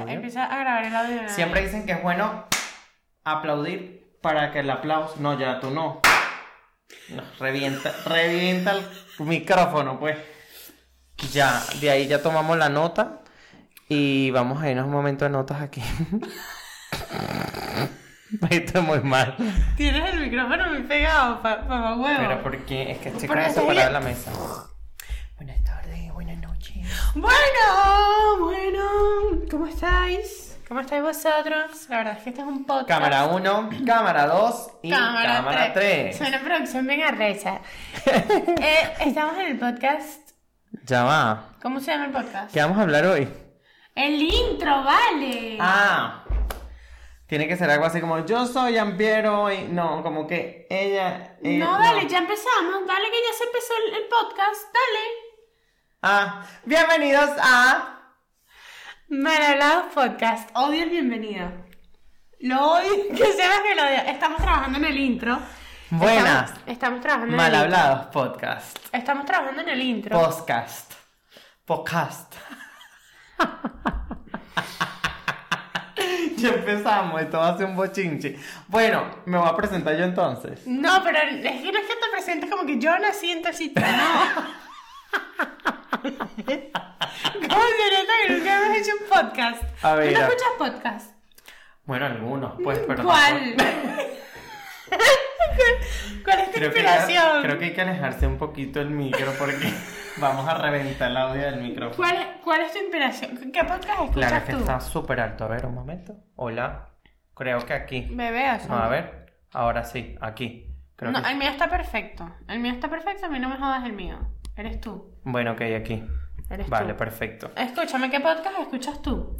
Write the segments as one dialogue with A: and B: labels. A: empieza a grabar el audio. ¿no?
B: Siempre dicen que es bueno aplaudir para que el aplauso. No, ya tú no. No, revienta, revienta el micrófono, pues. Ya, de ahí ya tomamos la nota. Y vamos a irnos un momento de notas aquí. Esto es muy mal.
A: Tienes el micrófono muy pegado, pa- papá huevo.
B: Pero porque es que estoy con
A: Pero
B: eso
A: está
B: parado
A: bien.
B: en la mesa. Buenas tardes, buenas noches.
A: Bueno, bueno, ¿cómo estáis? ¿Cómo estáis vosotros? La verdad es que este es un podcast.
B: Cámara 1, cámara 2 y cámara 3.
A: Es una producción bien arrecha. Eh, estamos en el podcast.
B: Ya va.
A: ¿Cómo se llama el podcast?
B: ¿Qué vamos a hablar hoy?
A: El intro, vale.
B: Ah. Tiene que ser algo así como yo soy Ampiero y no, como que ella. eh,
A: no, dale, ya empezamos. Dale, que ya se empezó el, el podcast. Dale.
B: Ah, bienvenidos a.
A: Mal hablado podcast. Odio el bienvenido. Lo odio. Que sepas que lo odio. Estamos trabajando en el intro.
B: Buenas.
A: Estamos, estamos trabajando en el
B: Mal
A: intro.
B: hablados podcast.
A: Estamos trabajando en el intro.
B: Podcast. Podcast. ya empezamos y todo hace un bochinche. Bueno, me voy a presentar yo entonces.
A: No, pero es que no es que te presentes como que yo nací en Tacita, no. ¿Cómo se nota que nunca hemos hecho un podcast?
B: A ver,
A: ¿Tú no
B: a-
A: escuchas podcast?
B: Bueno, algunos, pues, pero.
A: ¿Cuál?
B: tampoco-
A: ¿Cuál- ¿Cuál es tu
B: Creo que,
A: inspiración?
B: creo que hay que alejarse un poquito el micro porque vamos a reventar el audio del micrófono.
A: ¿Cuál, es- cuál es tu inspiración? ¿Qué podcast escuchas
B: Claro, es que
A: tú?
B: está súper alto. A ver, un momento. Hola. Creo que aquí.
A: Me veas.
B: No, a ver. Ahora sí, aquí. Creo
A: No,
B: que...
A: el mío está perfecto. El mío está perfecto, a mí no me jodas el mío. Eres tú.
B: Bueno, ok, aquí.
A: Eres
B: Vale,
A: tú.
B: perfecto.
A: Escúchame, ¿qué podcast escuchas tú?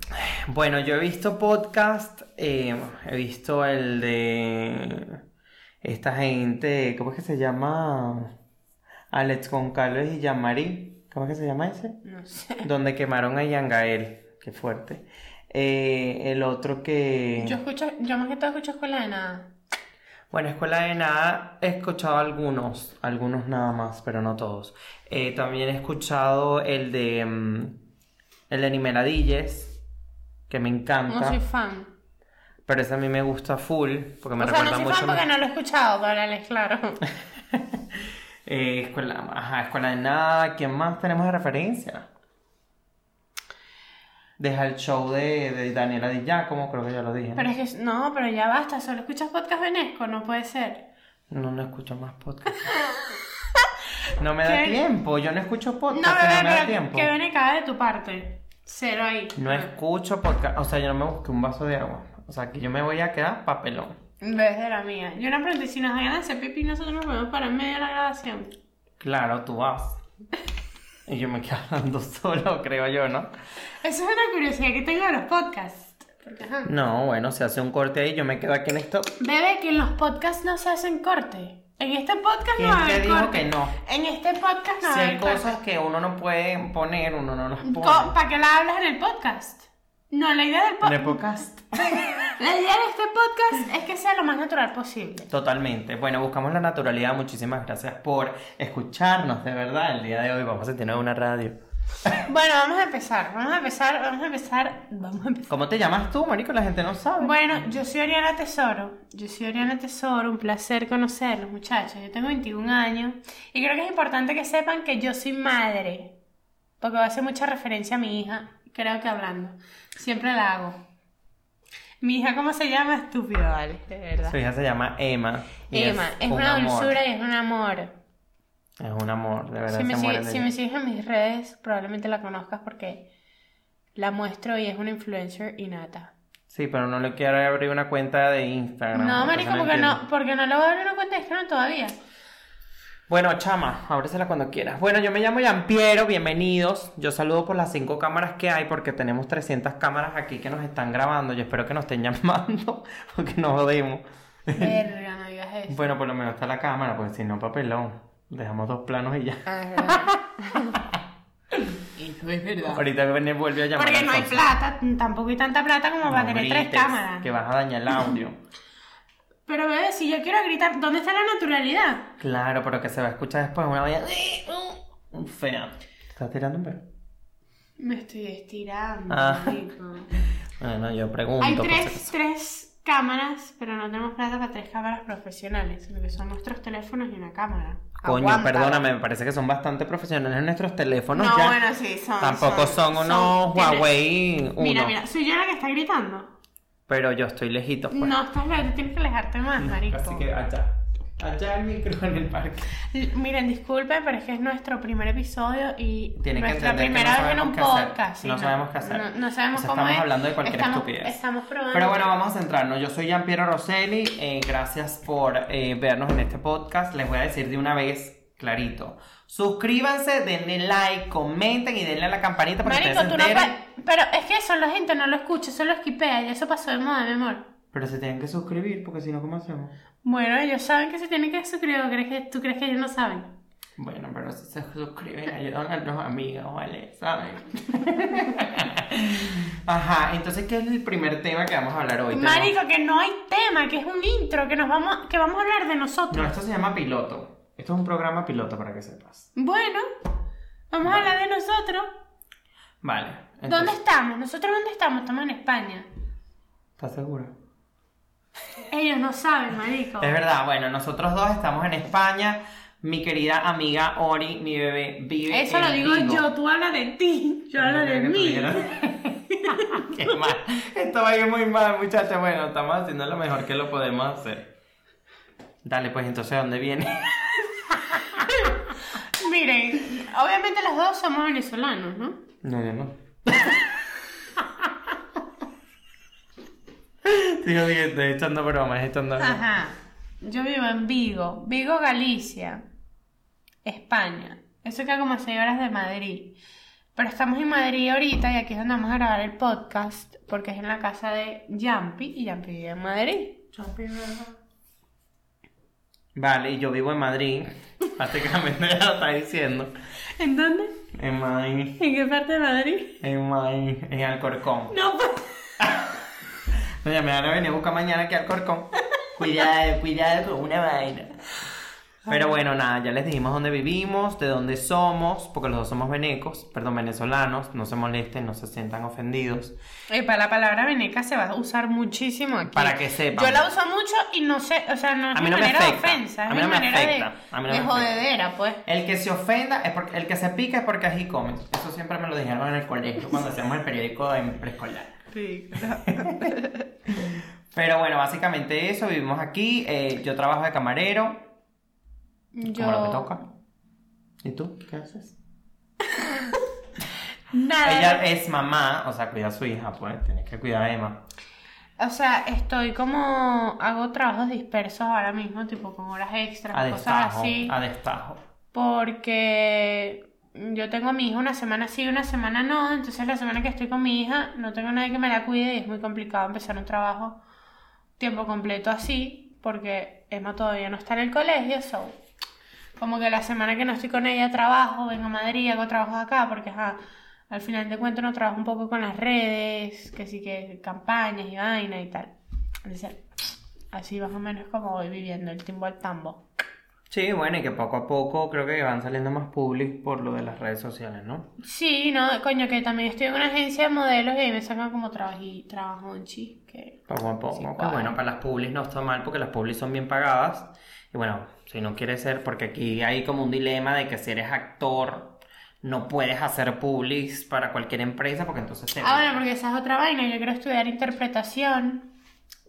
B: Bueno, yo he visto podcast. eh, he visto el de. Esta gente. ¿Cómo es que se llama? Alex Goncalves y Yamari. ¿Cómo es que se llama ese?
A: No sé.
B: donde quemaron a Yangael. Qué fuerte. Eh, el otro que.
A: Yo escucho, yo más que todo escucho escuela de nada.
B: Bueno, Escuela de Nada he escuchado algunos, algunos nada más, pero no todos. Eh, también he escuchado el de. mm, el de Nimeladilles, que me
A: No
B: encanta.
A: soy fan.
B: Pero ese a mí me gusta full, porque me
A: o sea, no
B: recuerda
A: soy
B: mucho.
A: fan porque no lo he escuchado, para es claro.
B: Eh, escuela, ajá, Escuela de Nada, ¿quién más tenemos de referencia? Deja el show de, de Daniela Di Giacomo, creo que ya lo dije. ¿no?
A: Pero es que, no, pero ya basta, solo escuchas podcast venesco, no puede ser.
B: No, no escucho más podcast. No me da
A: ¿Qué?
B: tiempo, yo no escucho
A: No,
B: podcast, que
A: bebé,
B: no me da
A: pero
B: tiempo.
A: que viene cada de tu parte. Cero ahí.
B: No escucho podcast, o sea, yo no me busqué un vaso de agua. O sea, que yo me voy a quedar papelón.
A: En vez de la mía. Yo no aprendí, si nos dan ganas de hacer pipí, nosotros nos podemos parar en medio de la grabación.
B: Claro, tú vas. Y yo me quedo hablando solo, creo yo, ¿no?
A: Eso es una curiosidad que tengo de los podcasts. Porque, ajá.
B: No, bueno, se hace un corte ahí, yo me quedo aquí en esto.
A: Bebé, que en los podcasts no se hacen corte. En este podcast no
B: ¿Quién
A: va a
B: te
A: haber
B: dijo
A: corte.
B: que no?
A: En este podcast no va
B: Si
A: a
B: hay
A: haber corte.
B: cosas que uno no puede poner, uno no las
A: Co-
B: pone.
A: ¿Para qué la hablas en el podcast? No, la idea del
B: En
A: podcast.
B: el podcast.
A: La idea de este podcast es que sea lo más natural posible.
B: Totalmente. Bueno, buscamos la naturalidad. Muchísimas gracias por escucharnos, de verdad. El día de hoy vamos a tener una radio.
A: Bueno, vamos a empezar, vamos a empezar, vamos a empezar, vamos a empezar.
B: ¿Cómo te llamas tú, marico? La gente no sabe.
A: Bueno, yo soy Oriana Tesoro, yo soy Oriana Tesoro, un placer conocerlos muchachos, yo tengo 21 años y creo que es importante que sepan que yo soy madre, porque hace mucha referencia a mi hija, creo que hablando, siempre la hago. Mi hija, ¿cómo se llama? Estúpido, vale, de verdad.
B: Su hija se llama Emma. y
A: Emma, es,
B: un
A: una
B: amor.
A: dulzura y es un amor.
B: Es un amor, de verdad.
A: Si me,
B: se muere
A: sigue-
B: de
A: si me sigues en mis redes, probablemente la conozcas porque la muestro y es una influencer innata.
B: Sí, pero no le quiero abrir una cuenta de Instagram.
A: No,
B: entonces
A: marico, porque
B: entiendo.
A: no, porque no le voy a abrir una cuenta de Instagram todavía.
B: Bueno, chama, ábresela cuando quieras. Bueno, yo me llamo Yampiero, bienvenidos. Yo saludo por las cinco cámaras que hay porque tenemos 300 cámaras aquí que nos están grabando. Yo espero que nos estén llamando porque nos jodemos.
A: Verga, no digas eso.
B: Bueno, por lo menos está la cámara, porque si no, papelón. Dejamos dos planos y ya.
A: Ah, es verdad. Eso es verdad.
B: Ahorita viene- vuelve a llamar.
A: Porque no hay
B: entonces.
A: plata, tampoco hay tanta plata como para
B: No
A: tener tres
B: grites,
A: cámaras.
B: Que vas a dañar el audio.
A: Pero bebé, si yo quiero gritar, ¿dónde está la naturalidad?
B: claro, pero que se va a escuchar después una ¡Eh! ¡Uh! valla. Fea. ¿Estás tirando un pelo?
A: Me estoy estirando,
B: Ah.
A: marico.
B: Bueno, Ah, yo pregunto. pues,
A: Hay
B: por si
A: tres,
B: acaso.
A: tres cámaras, pero no tenemos plata para tres cámaras profesionales, sino que son nuestros teléfonos y una cámara.
B: Coño,
A: Aguanta.
B: perdóname, me parece que son bastante profesionales nuestros teléfonos
A: No,
B: ya.
A: bueno, sí, son.
B: Tampoco son, unos
A: tienes-
B: Huawei uno.
A: Mira, mira, soy yo la que está gritando.
B: Pero yo estoy lejito, pues.
A: No, estás loco, tú tienes que alejarte más, marico.
B: Así que allá. Allá el micro en el parque.
A: L- Miren, disculpen, pero es que es nuestro primer episodio y
B: Tienen que
A: nuestra
B: entender que
A: primera
B: no
A: vez en un
B: sabemos qué hacer.
A: podcast. sí,
B: No sabemos qué hacer.
A: No, no sabemos
B: O sea,
A: cómo
B: estamos
A: es.
B: hablando de cualquier
A: estamos,
B: estupidez.
A: Estamos probando.
B: Pero bueno, vamos a centrarnos. Yo soy Gian Piero Rosselli. eh, gracias por eh, vernos en este podcast. Les voy a decir de una vez clarito. Suscríbanse, denle like, comenten y denle a la campanita para que
A: Marico,
B: ustedes
A: tú
B: se
A: no
B: enteren.
A: puedes- Pero es que eso la gente no lo escucha, eso lo esquipea y eso pasó de moda, mi amor.
B: Pero se tienen que suscribir porque si no, ¿cómo hacemos?
A: Bueno, ellos saben que se tienen que suscribir, ¿o crees que- ¿tú crees que ellos no saben?
B: Bueno, pero si se suscriben, ayudan a los amigos, ¿vale? ¿Saben? Ajá, entonces, ¿qué es el primer tema que vamos a hablar hoy? Tenemos-
A: Marico, que no hay tema, que es un intro, que nos vamos, que vamos a hablar de nosotros.
B: No, esto se llama piloto. Esto es un programa piloto para que sepas.
A: Bueno, vamos a hablar de nosotros.
B: Vale. entonces-
A: ¿Dónde estamos? ¿Nosotros dónde estamos? Estamos en España.
B: ¿Estás segura?
A: Ellos no saben, marico.
B: Es verdad, bueno, nosotros dos estamos en España. Mi querida amiga Ori, mi bebé, vive
A: Eso
B: en
A: lo Eh, digo
B: Vigo.
A: yo, tú hablas de ti, yo hablo de
B: Yo creo que
A: mí.
B: tuvieron- Qué mal. Esto va a ir muy mal, muchachos. Bueno, estamos haciendo lo mejor que lo podemos hacer. Dale, pues entonces, ¿a dónde viene?
A: Miren, obviamente los dos somos venezolanos, ¿no?
B: No, yo no. Digo, que estoy echando bromas, echando bromas.
A: Ajá. Yo vivo en Vigo, Vigo, Galicia, España. Eso queda como a 6 horas de Madrid. Pero estamos en Madrid ahorita y aquí es donde vamos a grabar el podcast porque es en la casa de Yampi y Yampi vive en Madrid.
B: Vale, y yo vivo en Madrid. Básicamente ya lo está diciendo.
A: ¿En dónde?
B: En Madrid.
A: ¿En qué parte de Madrid?
B: En Madrid. En Alcorcón.
A: No, pues.
B: Doña, Pues me van a venir a buscar mañana aquí al corcón. Cuidado, cuidado con una vaina. Pero bueno, nada, ya les dijimos dónde vivimos, de dónde somos, porque los dos somos venecos, perdón, venezolanos, no se molesten, no se sientan ofendidos.
A: Epa, la palabra veneca se va a usar muchísimo aquí.
B: Para que sepan.
A: Yo la uso mucho y no sé, o sea, no es
B: A
A: mi
B: mí no me
A: manera de
B: afecta.
A: ofensa, es
B: A mí no
A: mi
B: me
A: manera de,
B: afecta. A mí no
A: de
B: me afecta.
A: jodedera, pues.
B: El que se ofenda, es porque, el que se pica es porque así come. Eso siempre me lo dijeron en el colegio, cuando hacíamos el periódico en preescolar.
A: Sí.
B: Pero bueno, básicamente eso, vivimos aquí, eh, yo trabajo de camarero,
A: Yo...
B: como lo que toca. ¿Y tú? ¿Qué haces?
A: Nada.
B: Ella es mamá, o sea, cuida a su hija, pues, tienes que cuidar a Emma.
A: O sea, estoy como. Hago trabajos dispersos ahora mismo, tipo con horas extras,
B: A
A: cosas
B: destajo,
A: así.
B: a destajo.
A: Porque yo tengo a mi hija una semana sí, una semana no. Entonces, la semana que estoy con mi hija, no tengo nadie que me la cuide y es muy complicado empezar un trabajo tiempo completo así. Porque Emma todavía no está en el colegio, so. Como que la semana que no estoy con ella trabajo, vengo a Madrid, hago trabajos acá, porque ajá, al final de cuentas no trabajo un poco con las redes, que sí que campañas y vaina y tal. Entonces, así más o menos como voy viviendo el timbo al tambo.
B: Sí, bueno, y que poco a poco creo que van saliendo más public por lo de las redes sociales, ¿no?
A: Sí, no, coño, que también estoy en una agencia de modelos y ahí me sacan como trabají, trabajonchi, que...
B: Poco a poco.
A: Sí,
B: que
A: claro.
B: bueno, para las publis no está mal porque las publis son bien pagadas. Y bueno, si no quieres ser, porque aquí hay como un dilema de que si eres actor no puedes hacer publis para cualquier empresa porque entonces te...
A: Ah, bueno, porque esa es otra vaina, yo quiero estudiar interpretación,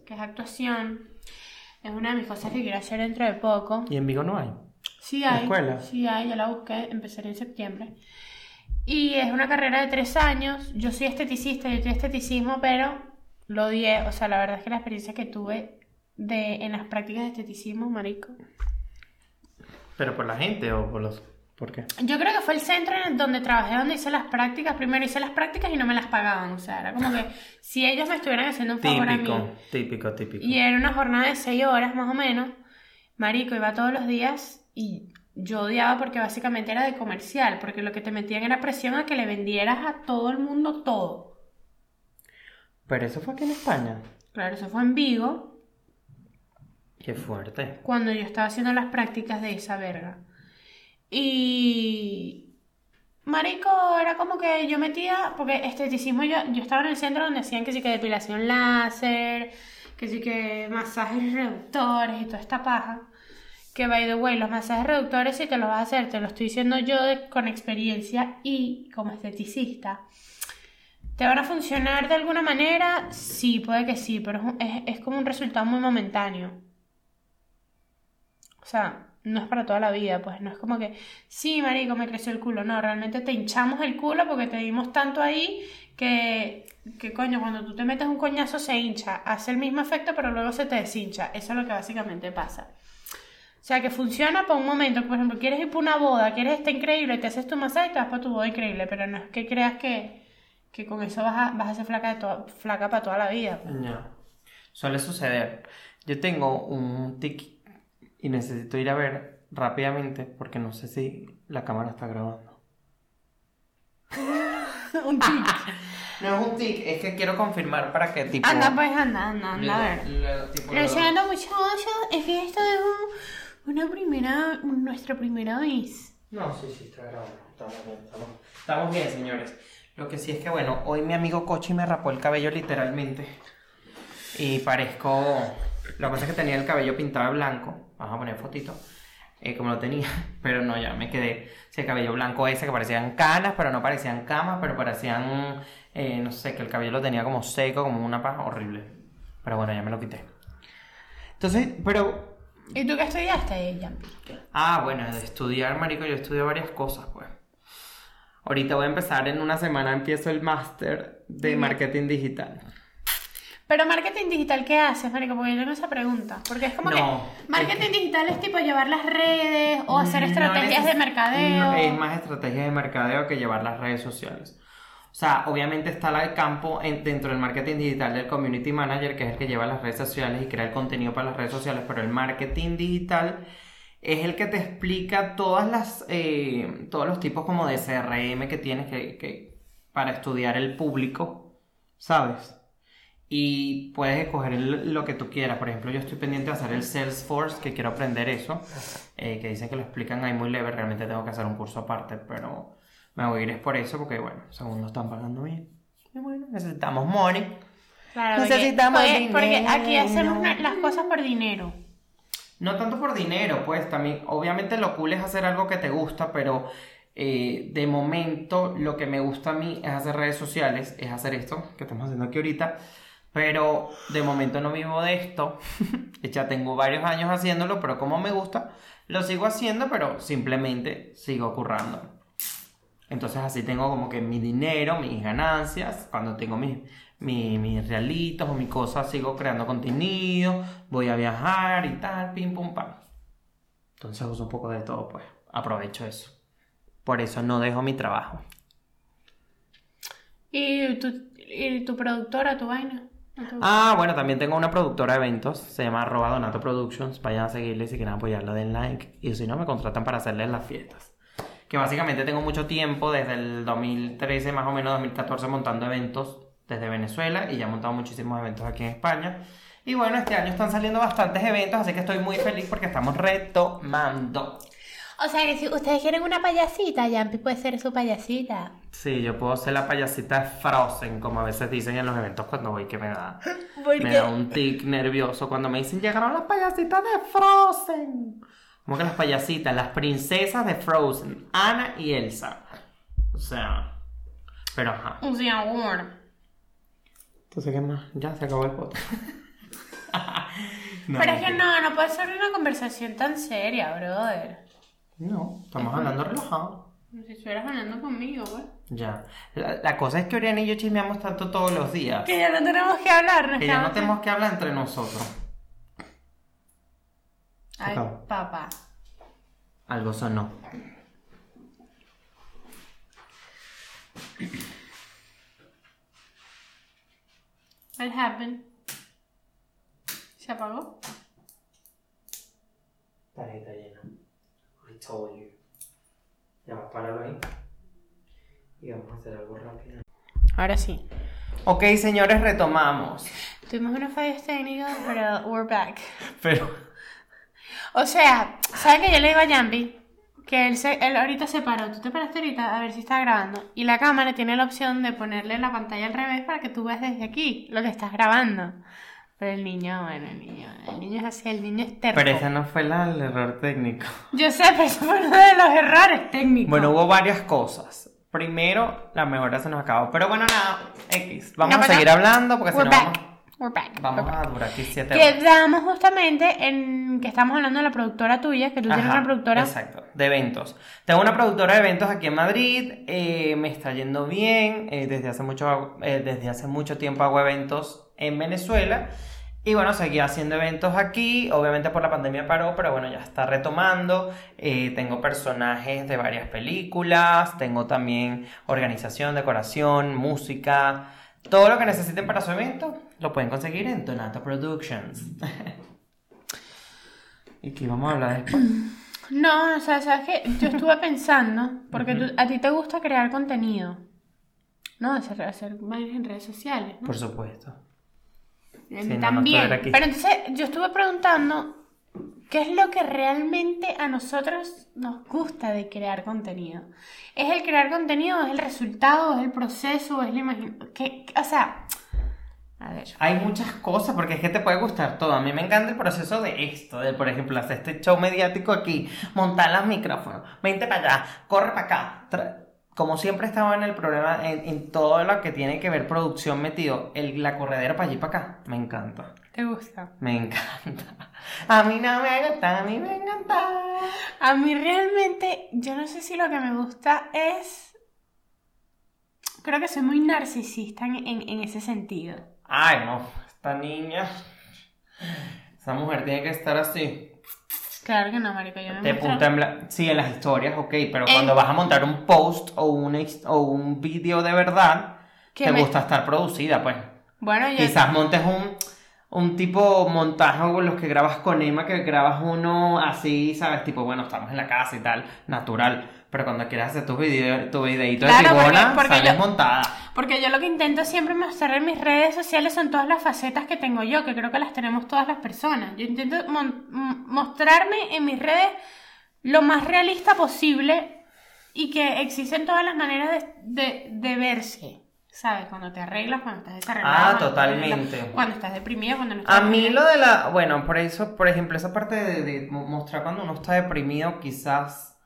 A: que es actuación. Es una de mis cosas que quiero hacer dentro de poco.
B: Y en Vigo no hay.
A: Sí
B: ¿La
A: hay.
B: escuela?
A: Sí hay, ya la busqué, empezaré en septiembre. Y es una carrera de tres años. Yo soy esteticista, yo estudié esteticismo, pero lo odié. O sea, la verdad es que la experiencia que tuve de, en las prácticas de esteticismo, marico.
B: Pero por la gente o por los... ¿Por qué?
A: Yo creo que fue el centro en el donde trabajé, donde hice las prácticas. Primero hice las prácticas y no me las pagaban. O sea, era como que si ellos me estuvieran haciendo un favor a mí.
B: Típico, típico, típico.
A: Y era una jornada de seis horas más o menos. Marico, iba todos los días y yo odiaba porque básicamente era de comercial, porque lo que te metían era presión a que le vendieras a todo el mundo todo.
B: Pero eso fue aquí en España.
A: Claro, eso fue en Vigo,
B: Qué fuerte.
A: cuando yo estaba haciendo las prácticas de esa verga. Y... Marico, era como que yo metía, porque esteticismo yo, yo estaba en el centro donde hacían que sí que depilación láser, que sí que masajes reductores y toda esta paja. Que by the way, los masajes reductores si te los vas a hacer, te lo estoy diciendo yo de- con experiencia y como esteticista. ¿Te van a funcionar de alguna manera? Sí, puede que sí, pero es un- es, es como un resultado muy momentáneo. O sea, no es para toda la vida, pues no es como que, sí, marico, me creció el culo. No, realmente te hinchamos el culo porque te dimos tanto ahí que, que coño, cuando tú te metes un coñazo se hincha. Hace el mismo efecto, pero luego se te deshincha. Eso es lo que básicamente pasa. O sea, que funciona para un momento. Por ejemplo, quieres ir para una boda, quieres estar increíble, te haces tu masaje y te vas para tu boda increíble. Pero no es que creas que, que con eso vas a, vas a ser flaca, de toda- flaca para toda la vida.
B: No. Suele suceder. Yo tengo un tic y necesito ir a ver rápidamente porque no sé si la cámara está grabando.
A: un chico.
B: No es un tic, es que quiero confirmar para que tipo.
A: Anda, pues anda, anda, anda. A ver. Lo siento, muchachos, es que esto es un- una primera, nuestra primera vez.
B: No, sí, sí, está grabando. Estamos bien, estamos, estamos bien, señores. Lo que sí es que, bueno, hoy mi amigo Cochi me rapó el cabello literalmente. Y parezco. Lo que pasa es que tenía el cabello pintado de blanco. Vamos a poner fotito. eh, como lo tenía. Pero no, ya me quedé. Ese cabello blanco ese que parecían canas, pero no parecían camas, pero parecían. eh, no sé, que el cabello lo tenía como seco, como una paja horrible. Pero bueno, ya me lo quité. Entonces, pero
A: ¿Y tú qué estudiaste, Yampi?
B: Ah, bueno, de estudiar, marico, yo estudio varias cosas, pues. Ahorita voy a empezar, en una semana empiezo el máster de marketing digital.
A: Pero marketing digital, ¿qué haces, marico? Porque yo tengo esa pregunta. Porque es como
B: No,
A: que marketing digital es tipo llevar las redes o hacer
B: No
A: estrategias
B: neces-
A: de mercadeo.
B: no, es más estrategias de mercadeo que llevar las redes sociales. O sea, obviamente está la- el campo en- dentro del marketing digital del community manager, que es el que lleva las redes sociales y crea el contenido para las redes sociales, pero el marketing digital es el que te explica todas las, eh, todos los tipos como de CRM que tienes que, que- para estudiar el público, ¿sabes? Y puedes escoger el- lo que tú quieras. Por ejemplo, yo estoy pendiente de hacer el Salesforce, que quiero aprender eso. eh, que dicen que lo explican ahí muy leve. Realmente tengo que hacer un curso aparte, pero me voy a ir es por eso, porque bueno, según nos están pagando bien. Y bueno, necesitamos money.
A: Claro, porque-
B: Necesitamos
A: porque, porque
B: dinero.
A: aquí hacemos na- las cosas por dinero.
B: No tanto por dinero, pues también, obviamente lo cool es hacer algo que te gusta, pero eh, de momento lo que me gusta a mí es hacer redes sociales, es hacer esto que estamos haciendo aquí ahorita, pero de momento no vivo de esto, ya tengo varios años haciéndolo, pero como me gusta, lo sigo haciendo, pero simplemente sigo currando. Entonces así tengo como que mi dinero, mis ganancias, cuando tengo mis, mi- mis realitos o mis cosas, sigo creando contenido, voy a viajar y tal, pim, pum, pam. Entonces uso un poco de todo, pues aprovecho eso. Por eso no dejo mi trabajo.
A: ¿Y tu, y tu productora, tu vaina? ¿No te gusta?
B: Ah, bueno, también tengo una productora de eventos, se llama arroba Donato Productions, vayan a seguirle si quieren apoyarla, den like, y si no, me contratan para hacerles las fiestas. Que básicamente tengo mucho tiempo, desde el 2013 más o menos, 2014, montando eventos desde Venezuela, y ya he montado muchísimos eventos aquí en España. Y bueno, este año están saliendo bastantes eventos, así que estoy muy feliz porque estamos retomando.
A: O sea, que si ustedes quieren una payasita, Yampi puede ser su payasita.
B: Sí, yo puedo ser la payasita Frozen, como a veces dicen en los eventos cuando voy que me da.
A: ¿Por
B: Me
A: qué?
B: da un tic nervioso cuando me dicen llegaron las payasitas de Frozen. Como que las payasitas, las princesas de Frozen, Ana y Elsa. O sea, pero ajá.
A: Un señor.
B: Entonces, ¿qué más? Ya se acabó el podcast. No,
A: Pero es que
B: mentira.
A: no, no puede ser una conversación tan seria, brother.
B: No, estamos hablando relajado.
A: Como si estuvieras hablando conmigo, pues. güey.
B: Ya. La, la cosa es que Oriana y yo chismeamos tanto todos los días.
A: Que ya no tenemos que hablar, ¿no?
B: Que ya no tenemos que hablar entre nosotros.
A: Ay,
B: Acabo.
A: papá.
B: Algo sonó.
A: What happened? ¿Se apagó?
B: Tarjeta llena. I told you. Ya va, páralo ahí. Y vamos a hacer algo rápido.
A: Ahora sí.
B: Ok, señores, retomamos.
A: Tuvimos unos fallos técnicos, pero we're back.
B: Pero.
A: O sea, ¿sabes que yo le digo a Jambi? Que él, se, él ahorita se paró. Tú te paraste ahorita a ver si está grabando. Y la cámara tiene la opción de ponerle la pantalla al revés para que tú veas desde aquí lo que estás grabando. Pero el niño, bueno, el niño, el niño es así, el niño es terco.
B: Pero ese no fue la- el error técnico.
A: Yo sé, pero eso fue uno de los errores técnicos.
B: Bueno, hubo varias cosas. Primero, la mejora se nos acabó. Pero bueno, nada, X. Vamos
A: No,
B: a
A: pero-
B: seguir hablando porque si
A: We're
B: no
A: back.
B: vamos,
A: We're back.
B: vamos
A: We're back.
B: a durar aquí siete horas.
A: Quedamos justamente en que estamos hablando de la productora tuya, que tú tienes
B: Ajá,
A: una productora.
B: Exacto, de eventos. Tengo una productora de eventos aquí en Madrid, eh, me está yendo bien, eh, desde, hace mucho, eh, desde hace mucho tiempo hago eventos en Venezuela y bueno, seguí haciendo eventos aquí, obviamente por la pandemia paró, pero bueno, ya está retomando, Eh, tengo personajes de varias películas, tengo también organización, decoración, música, todo lo que necesiten para su evento lo pueden conseguir en Donato Productions. ¿Y qué vamos a hablar después?
A: No, o sea, sabes que yo estuve pensando, porque tú- a ti te gusta crear contenido, ¿no? Hacer, hacer vainas en redes sociales, ¿no?
B: Por supuesto.
A: A
B: Pues, sí,
A: mí
B: no, no
A: También.
B: estuviera aquí.
A: Pero entonces yo estuve preguntando, ¿qué es lo que realmente a nosotros nos gusta de crear contenido? ¿Es el crear contenido? ¿Es el resultado? ¿Es el proceso? ¿Es la imaginación? O sea, a ver.
B: Hay muchas cosas, porque es que te puede gustar todo. A mí me encanta el proceso de esto, de por ejemplo, hacer este show mediático aquí, montar los micrófonos, vente para allá, corre para acá. tra- Como siempre estaba en el problema, en, en todo lo que tiene que ver producción metido, el, la corredera para allí para acá, me encanta.
A: ¿Te gusta?
B: Me encanta. A mí no me gusta, a mí me encanta.
A: A mí realmente, yo no sé si lo que me gusta es... Creo que soy muy narcisista en, en- en ese sentido.
B: Ay, no, esta niña. Esa mujer tiene que estar así.
A: Claro que no, marico, yo me
B: Te
A: muestro-
B: punta en bla- Sí, en las historias, ok, pero
A: En-
B: cuando vas a montar un post o un, his- o un video de verdad,
A: Que
B: te
A: me-
B: gusta estar producida, pues.
A: Bueno, yo...
B: Quizás montes un, un tipo montaje o los que grabas con Emma, que grabas uno así, ¿sabes? Tipo, bueno, estamos en la casa y tal, natural. Pero cuando quieras hacer tus video, tu videito
A: Claro,
B: de
A: porque-
B: tibona,
A: porque
B: sales
A: yo-
B: montada.
A: Porque yo lo que intento siempre mostrar en mis redes sociales son todas las facetas que tengo yo, que creo que las tenemos todas las personas. Yo intento mon- m- mostrarme en mis redes lo más realista posible y que existen todas las maneras de, de- de verse. ¿Sabes? Cuando te arreglas, cuando estás desarreglado.
B: Ah,
A: cuando te arreglas,
B: totalmente.
A: Cuando estás deprimido, cuando no estás
B: A mí
A: deprimido.
B: lo de la. Bueno, por eso, por ejemplo, esa parte de, de mo- mostrar cuando uno está deprimido, quizás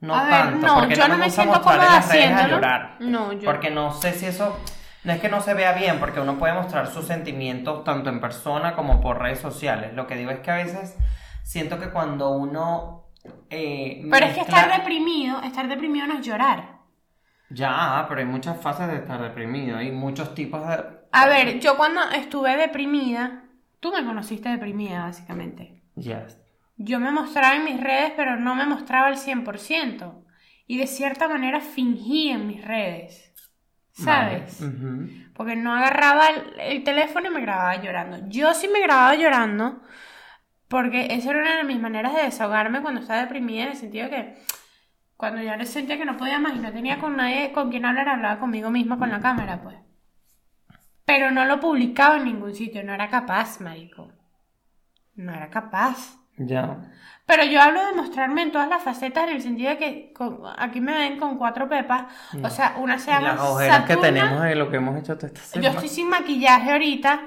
B: no
A: A ver,
B: tanto.
A: no,
B: porque
A: yo no me
B: gusta
A: siento
B: mostrar en
A: cómoda
B: las redes a
A: haciéndolo.
B: llorar.
A: No, yo-
B: Porque no sé si eso. No es que no se vea bien, porque uno puede mostrar sus sentimientos tanto en persona como por redes sociales. Lo que digo es que a veces siento que cuando uno. eh,
A: Pero es que
B: mezcla-
A: estar deprimido, estar deprimido no es llorar.
B: Ya, pero hay muchas fases de estar deprimido. Hay muchos tipos de.
A: A ver, yo cuando estuve deprimida, tú me conociste deprimida, básicamente.
B: Yes.
A: Yo me mostraba en mis redes, pero no me mostraba al 100%. Y de cierta manera fingí en mis redes. ¿Sabes?
B: Vale. Ujú.
A: Porque no agarraba el, el teléfono y me grababa llorando. Yo sí me grababa llorando, porque esa era una de mis maneras de desahogarme cuando estaba deprimida, en el sentido que cuando ya no sentía que no podía más y no tenía con nadie con quien hablar, hablaba conmigo misma con la cámara, pues. Pero no lo publicaba en ningún sitio, no era capaz, marico. No era capaz.
B: Ya.
A: Pero yo hablo de mostrarme en todas las facetas, en el sentido de que con- aquí me ven con cuatro pepas. O sea, una se
B: Mm. Y
A: llama
B: las ojeras que
A: Saturna,
B: tenemos de lo que hemos hecho toda esta
A: yo
B: semana.
A: estoy sin maquillaje ahorita.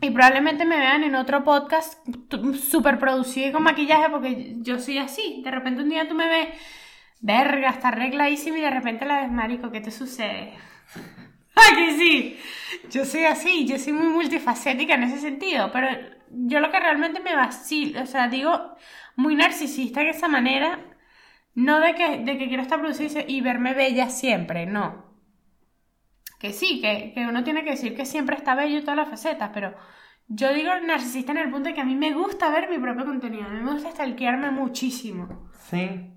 A: Y probablemente me vean en otro podcast tu- súper producido y con maquillaje porque yo soy así. De repente un día tú me ves, verga, está arregladísima y de repente la ves, marico, ¿qué te sucede? ¡Ay, que sí! Yo soy así, yo soy muy multifacética en ese sentido, pero yo lo que realmente me vacilo, o sea, digo, muy narcisista en esa manera, no de que, de que quiero estar producida y verme bella siempre, no que sí, que, que uno tiene que decir que siempre está bello y todas las facetas, pero yo digo narcisista en el punto de que a mí me gusta ver mi propio contenido, a mí me gusta stalkearme muchísimo.
B: Sí.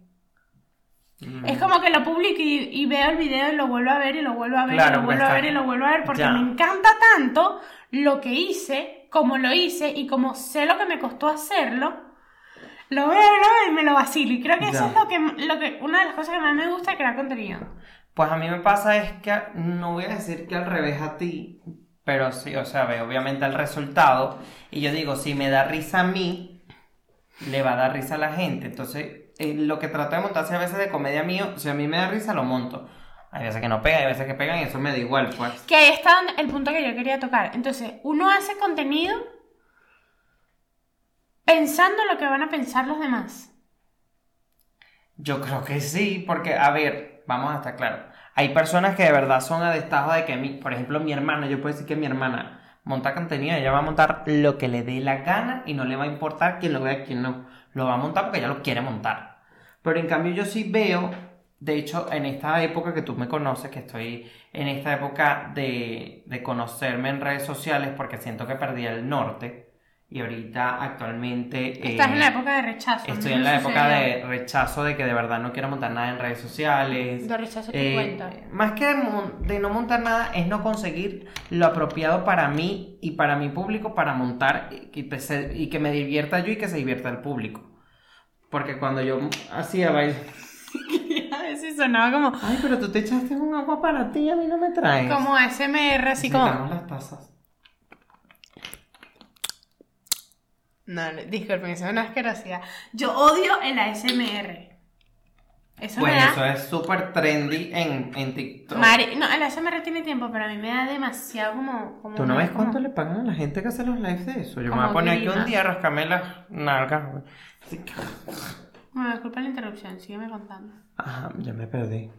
B: Mm.
A: Es como que lo publico y, y veo el video y lo vuelvo a ver y lo vuelvo a ver
B: Claro,
A: y lo vuelvo
B: está-
A: a ver y lo vuelvo a ver porque
B: ya.
A: me encanta tanto lo que hice, como lo hice y como sé lo que me costó hacerlo. Lo veo, lo veo y me lo vacilo. Y creo que eso
B: Ya.
A: es lo que, lo que, una de las cosas que más me gusta de crear contenido.
B: Pues a mí me pasa es que no voy a decir que al revés a ti, pero sí, o sea, veo obviamente el resultado y yo digo, si me da risa a mí, le va a dar risa a la gente. Entonces, eh, lo que trato de montarse a veces de comedia mío, si a mí me da risa, lo monto. Hay veces que no pega, hay veces que pegan y eso me da igual, pues.
A: Que ahí está donde- el punto que yo quería tocar. Entonces, uno hace contenido pensando lo que van a pensar los demás.
B: Yo creo que sí, porque, a ver, vamos a estar claros. Hay personas que de verdad son a destajo de que, mi, por ejemplo, mi hermana, yo puedo decir que mi hermana monta contenido, ella va a montar lo que le dé la gana y no le va a importar quién lo vea, quién no. Lo va a montar porque ella lo quiere montar. Pero en cambio yo sí veo, de hecho, en esta época que tú me conoces, que estoy en esta época de, de conocerme en redes sociales porque siento que perdí el norte y ahorita actualmente...
A: Estás
B: eh,
A: en la época de rechazo. a mí
B: Estoy
A: me
B: en la época
A: sucedió.
B: de rechazo de que de verdad no quiero montar nada en redes sociales.
A: De rechazo tu
B: Eh,
A: cuenta.
B: más que de, mon- de no montar nada es no conseguir lo apropiado para mí y para mi público para montar y que, te se- y que me divierta yo y que se divierta el público. Porque cuando yo hacía baile...
A: A veces sonaba como,
B: Ay, pero tú te echaste un agua para ti, a mí no me traes.
A: como ASMR, así como...
B: Necesitamos las tazas.
A: No, no, disculpen, eso es una asquerosidad. Yo odio el ASMR. Eso me
B: Bueno,
A: da...
B: Pues eso es súper trendy en, en TikTok.
A: Mari- No, el ASMR tiene tiempo, pero a mí me da demasiado como... como
B: ¿Tú no
A: una-
B: ves cuánto
A: como-
B: le pagan a la gente que hace los lives de eso? Yo me
A: Como
B: voy a poner aquí
A: grima.
B: un día a rascarme las nalgas. güey.
A: Bueno, disculpa la interrupción, sígueme contando.
B: Ajá, ya me perdí.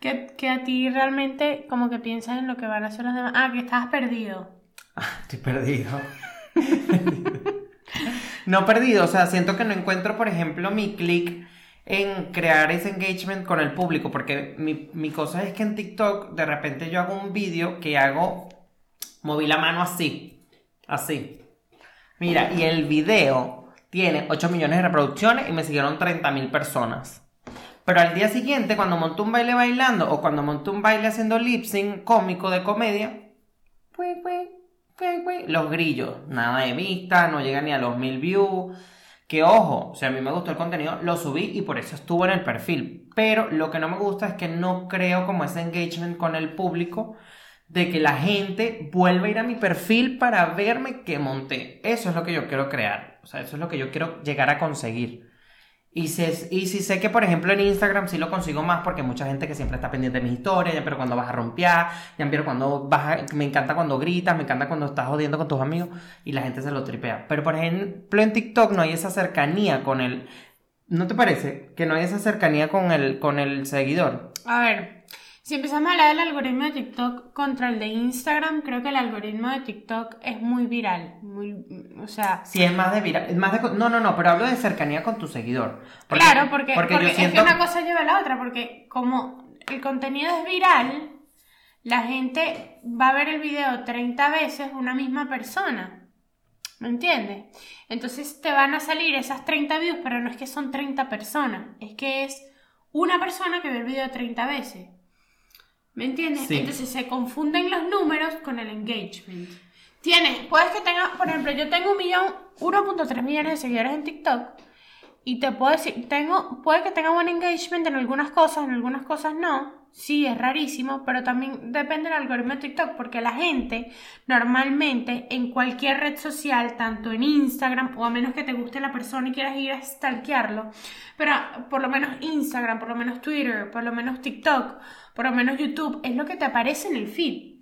A: Que, que a ti realmente como que piensas en lo que van a hacer los demás. Ah, que estabas perdido.
B: Ah, Estoy perdido. no perdido, o sea, siento que no encuentro, por ejemplo, mi click en crear ese engagement con el público, porque mi, mi cosa es que en TikTok de repente yo hago un vídeo que hago, moví la mano así, así. Mira, y el video tiene 8 millones de reproducciones y me siguieron 30 mil personas. Pero al día siguiente, cuando monto un baile bailando o cuando monto un baile haciendo lip sync cómico de comedia, Cue, cue, cue, cue. Los grillos, nada de vista, no llega ni a los mil views. Que ojo, si a mí me gustó el contenido, lo subí y por eso estuvo en el perfil. Pero lo que no me gusta es que no creo como ese engagement con el público de que la gente vuelva a ir a mi perfil para verme que monté. Eso es lo que yo quiero crear. O sea, eso es lo que yo quiero llegar a conseguir. Y, se- y si sé que, por ejemplo, en Instagram sí lo consigo más porque hay mucha gente que siempre está pendiente de mis historias, ya pero cuando vas a rompear, ya pero cuando vas a- Me encanta cuando gritas, me encanta cuando estás jodiendo con tus amigos y la gente se lo tripea. Pero, por ejemplo, en TikTok no hay esa cercanía con el... ¿No te parece? Que no hay esa cercanía con el, con el seguidor.
A: A ver, si empezamos a hablar del algoritmo de TikTok contra el de Instagram, creo que el algoritmo de TikTok es muy viral. Muy, o sea,
B: Si es más de viral... Más de, co- no, no, no, pero hablo de cercanía con tu seguidor.
A: claro, porque, porque
B: yo
A: es
B: siento...
A: que una cosa lleva a la otra, porque como el contenido es viral, la gente va a ver el video 30 veces una misma persona. ¿Me entiendes? Entonces te van a salir esas 30 views, pero no es que son 30 personas, es que es una persona que ve el video 30 veces. ¿Me entiendes?
B: Sí.
A: Entonces se confunden los números con el engagement. Tienes, puedes que tenga, por ejemplo, yo tengo un millón, 1.3 millones de seguidores en TikTok y te puedo decir, tengo, puede que tenga buen engagement en algunas cosas, en algunas cosas no. Sí, es rarísimo, pero también depende del algoritmo de TikTok, porque la gente normalmente en cualquier red social, tanto en Instagram, o a menos que te guste la persona y quieras ir a stalkearlo, pero por lo menos Instagram, por lo menos Twitter, por lo menos TikTok, por lo menos YouTube, es lo que te aparece en el feed.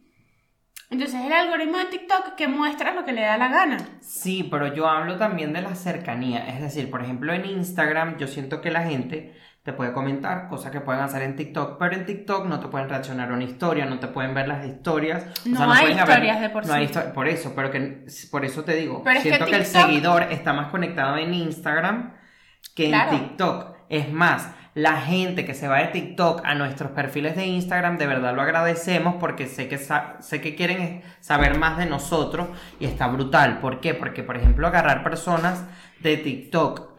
A: Entonces es el algoritmo de TikTok que muestra lo que le da la gana.
B: Sí, pero yo hablo también de la cercanía. Es decir, por ejemplo, en Instagram yo siento que la gente te puede comentar cosas que pueden hacer en TikTok, pero en TikTok no te pueden reaccionar a una historia, no te pueden ver las historias.
A: No hay
B: pueden haber-
A: historias de por
B: no hay
A: sí.
B: histo- por eso, pero que por eso te digo,
A: Pero es que
B: siento que, el
A: TikTok-
B: seguidor está más conectado en Instagram que
A: Claro.
B: en TikTok. Es más, la gente que se va de TikTok a nuestros perfiles de Instagram, de verdad lo agradecemos porque sé que, sa- sé que quieren saber más de nosotros y está brutal. ¿Por qué? Porque, por ejemplo, agarrar personas de TikTok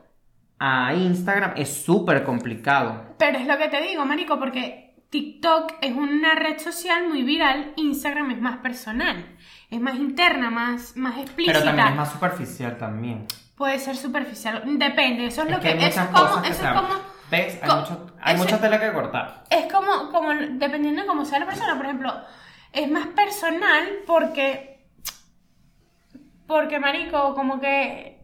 B: a Instagram es súper complicado.
A: Pero es lo que te digo, marico, porque TikTok es una red social muy viral, Instagram es más personal, es más interna, más, más explícita.
B: Pero también es más superficial también.
A: Puede ser superficial, depende, eso es,
B: Es
A: lo
B: que
A: que,
B: hay
A: eso
B: muchas
A: es como,
B: cosas que
A: eso
B: se
A: es
B: hablan.
A: como,
B: ¿Ves? Hay,
A: co-
B: mucho- hay
A: eso-
B: mucha tela que cortar.
A: es como, como, dependiendo de cómo sea la persona, por ejemplo, es más personal porque, porque marico, como que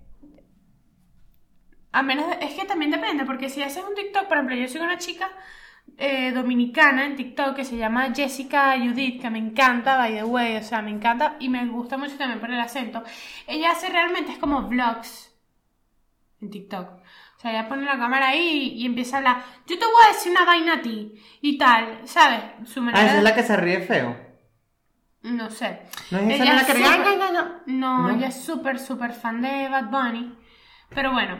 A: A menos, de- es que también depende, porque si haces un TikTok, por ejemplo, yo soy una chica eh, dominicana en TikTok que se llama Jessica Judith, que me encanta, by the way, o sea, me encanta y me gusta mucho también por el acento. Ella hace realmente, es como vlogs en TikTok. O sea, ella pone la cámara ahí y, y empieza a hablar, yo te voy a decir una vaina a ti y tal, ¿sabes? Su
B: Ah,
A: manera
B: esa
A: de-
B: es la que se ríe feo.
A: No sé.
B: No es esa
A: Ella
B: no es la que ríe.
A: súper-
B: "Ay, no, no, no".
A: No,
B: ¿No?
A: ella es súper, súper fan de Bad Bunny. Pero bueno,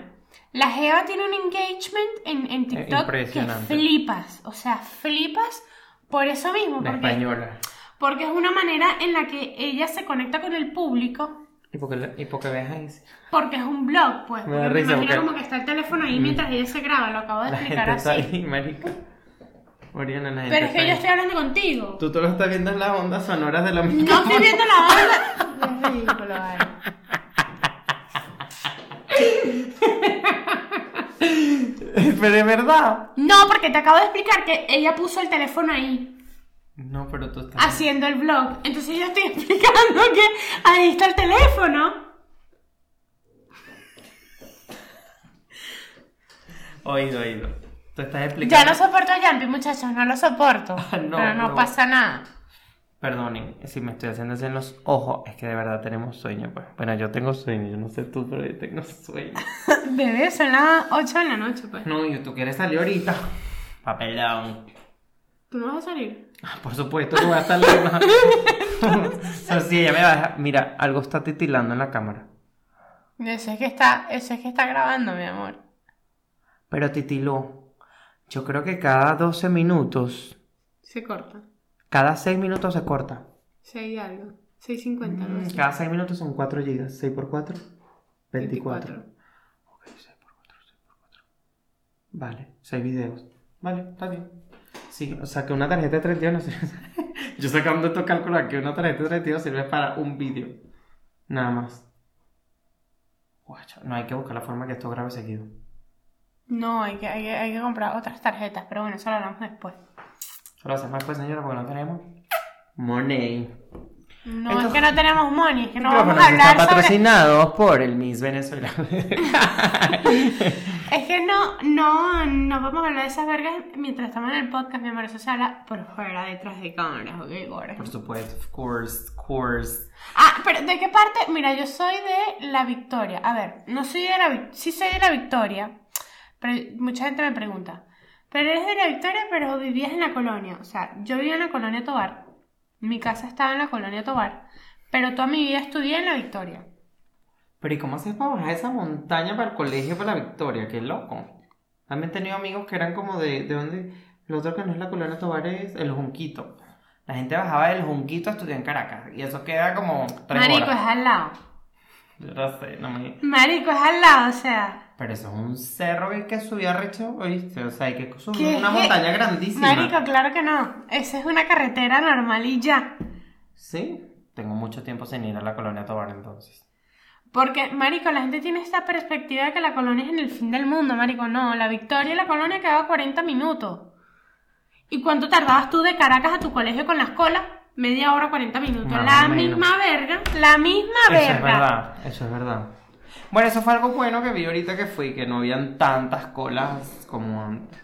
A: la Jeva tiene un engagement en, en TikTok que
B: impresionante.
A: flipas. O sea, flipas por eso mismo.
B: La
A: Porque,
B: española.
A: porque es una manera en la que ella se conecta con el público.
B: Y porque, la- y porque ves ahí. sí.
A: Porque es un blog, pues.
B: Me da
A: porque
B: risa,
A: imagino
B: porque- Mm.
A: como que está el teléfono ahí mientras ella se graba. Lo acabo de
B: La
A: explicar
B: gente está
A: así.
B: ahí, marica. Oriana, la gente
A: Pero es que yo
B: está
A: estoy hablando contigo.
B: ahí. Tú solo estás viendo las ondas sonoras de la
A: No estoy viendo la hora. Es ridículo, vale.
B: Pero es verdad.
A: No, porque te acabo de explicar que ella puso el teléfono ahí.
B: No, pero tú estás.
A: haciendo el vlog. Entonces yo estoy explicando que ahí está el teléfono.
B: Oído, oído. Tú estás
A: Ya
B: explicando.
A: no soporto a Yampi, muchachos, no lo soporto.
B: Ah, no,
A: pero no,
B: no.
A: pasa nada.
B: Perdonen, si me estoy haciendo así en los ojos, es que de verdad tenemos sueño, pues. Bueno, yo tengo sueño, yo no sé tú, pero yo tengo sueño.
A: Bebé, son las 8 de la noche, pues.
B: No, y tú quieres salir ahorita. Papelón.
A: ¿Tú no vas a salir?
B: Ah, Por supuesto que voy a salir. ¿no? sí, ella me va a dejar- Mira, algo está titilando en la cámara.
A: Eso es que está, eso es que está grabando, mi amor.
B: Pero titiló. Yo creo que cada 12 minutos,
A: Se corta.
B: cada 6 minutos se corta.
A: 6 algo. 6.50,
B: Mm, Cada 6 minutos son 4 gigas. 6 por 4, 24. Ok, 6 por 4, 6 por 4. Vale, 6 videos. Vale, está bien. Sí, o sea que una tarjeta de 32 no sirve. Yo sacando estos cálculos aquí, una tarjeta de 32 sirve para un vídeo. Nada más. Guacho, no hay que buscar la forma que esto grabe seguido.
A: No, hay que, hay, que, hay que comprar otras tarjetas, pero bueno, eso lo hablamos después.
B: Solo hacemos después, señora, porque no tenemos money.
A: No, es
B: Entonces-
A: que no tenemos money, es que no vamos
B: Micrófonos
A: a
B: están
A: hablar sobre
B: patrocinados por el Miss Venezuela.
A: Es que no, no, no vamos a hablar de esas vergas mientras estamos en el podcast, mi amor. Eso se habla por fuera, detrás de cámaras, ok, gorda.
B: por supuesto, of course, of course.
A: Ah, pero ¿de qué parte? Mira, yo soy de La Victoria. A ver, no soy de La Victoria, sí soy de La Victoria, pero mucha gente me pregunta, pero eres de La Victoria, pero vivías en la colonia. O sea, yo vivía en la colonia Tobar, mi casa estaba en la colonia Tobar, pero toda mi vida estudié en La Victoria.
B: Pero ¿y cómo haces para bajar esa montaña para el colegio para la Victoria? Qué loco. También he tenido amigos que eran como de, de donde, lo otro que no es la colonia Tobar es el Junquito. La gente bajaba del Junquito a estudiar en Caracas y eso queda como tres
A: Marico, es
B: horas.
A: al lado.
B: Yo no sé, no me...
A: Marico, es al lado, o sea.
B: Pero eso es un cerro que hay que subir arrecho, ¿oíste? O sea, hay que subir
A: ¿Qué?
B: una montaña grandísima.
A: Marico, claro que no. Esa es una carretera normal y ya.
B: Sí, tengo mucho tiempo sin ir a la colonia Tobar entonces.
A: Porque, Marico, la gente tiene esta perspectiva de que la colonia es en el fin del mundo, Marico. No, la Victoria y la colonia quedaba 40 minutos. ¿Y cuánto tardabas tú de Caracas a tu colegio con las colas? Media hora, 40 minutos.
B: Más
A: la
B: o menos.
A: misma verga. La misma
B: Eso
A: verga.
B: es verdad, eso es verdad. Bueno, eso fue algo bueno que vi ahorita que fui, que no habían tantas colas como antes.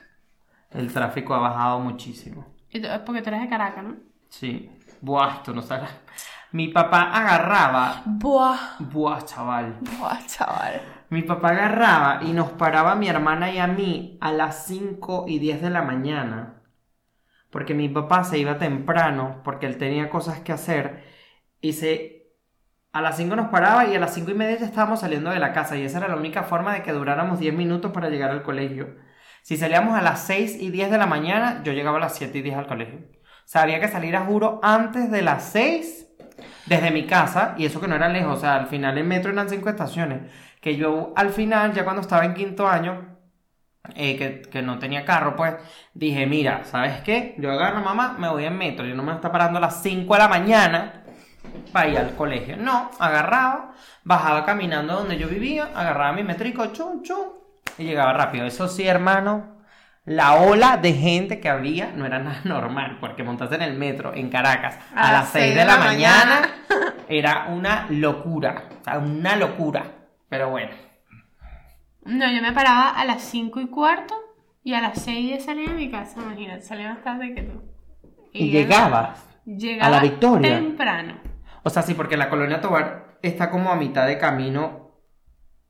B: El tráfico ha bajado muchísimo.
A: Y tú- Porque tú eres de Caracas, ¿no?
B: Sí. Buah, tú no sabes. Mi papá agarraba.
A: Buah,
B: Buah, chaval.
A: buah, chaval.
B: Mi papá agarraba y nos paraba a mi hermana y a mí a las 5 y 10 de la mañana. Porque mi papá se iba temprano, porque él tenía cosas que hacer. Y se... A las 5 nos paraba y a las 5 y media ya estábamos saliendo de la casa. Y esa era la única forma de que duráramos 10 minutos para llegar al colegio. Si salíamos a las 6 y 10 de la mañana, yo llegaba a las 7 y 10 al colegio. O sea, había que salir a juro antes de las 6 desde mi casa, y eso que no era lejos, o sea, al final en metro eran cinco estaciones, que yo al final, ya cuando estaba en quinto año, eh, que, que no tenía carro, pues dije, mira, ¿sabes qué? Yo agarro mamá, me voy en metro, yo no me está parando a las 5 de la mañana para ir al colegio. No, agarraba, bajaba caminando donde yo vivía, agarraba mi metrico, chum, chum, y llegaba rápido. Eso sí, hermano. La ola de gente que había no era nada normal, porque montarse en el metro en Caracas a, las 6 de la, mañana era una locura, o sea, una locura. Pero bueno,
A: No, yo me paraba a las 5 y cuarto y a las 6 ya salía de mi casa, imagínate, salía más tarde que tú.
B: Y llegabas.
A: llegaba
B: a la Victoria.
A: temprano.
B: O sea, sí, porque la colonia Tobar está como a mitad de camino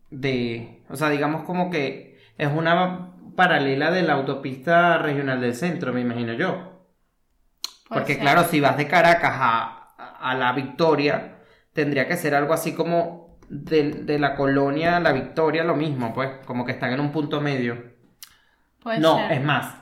B: de. O sea, digamos como que es una paralela de la autopista regional del centro, me imagino yo.
A: Puede
B: Porque
A: ser.
B: claro, si vas de Caracas a, a la Victoria, tendría que ser algo así como de, de la colonia a la Victoria, lo mismo, pues, como que están en un punto medio.
A: Puede
B: no,
A: ser.
B: es más,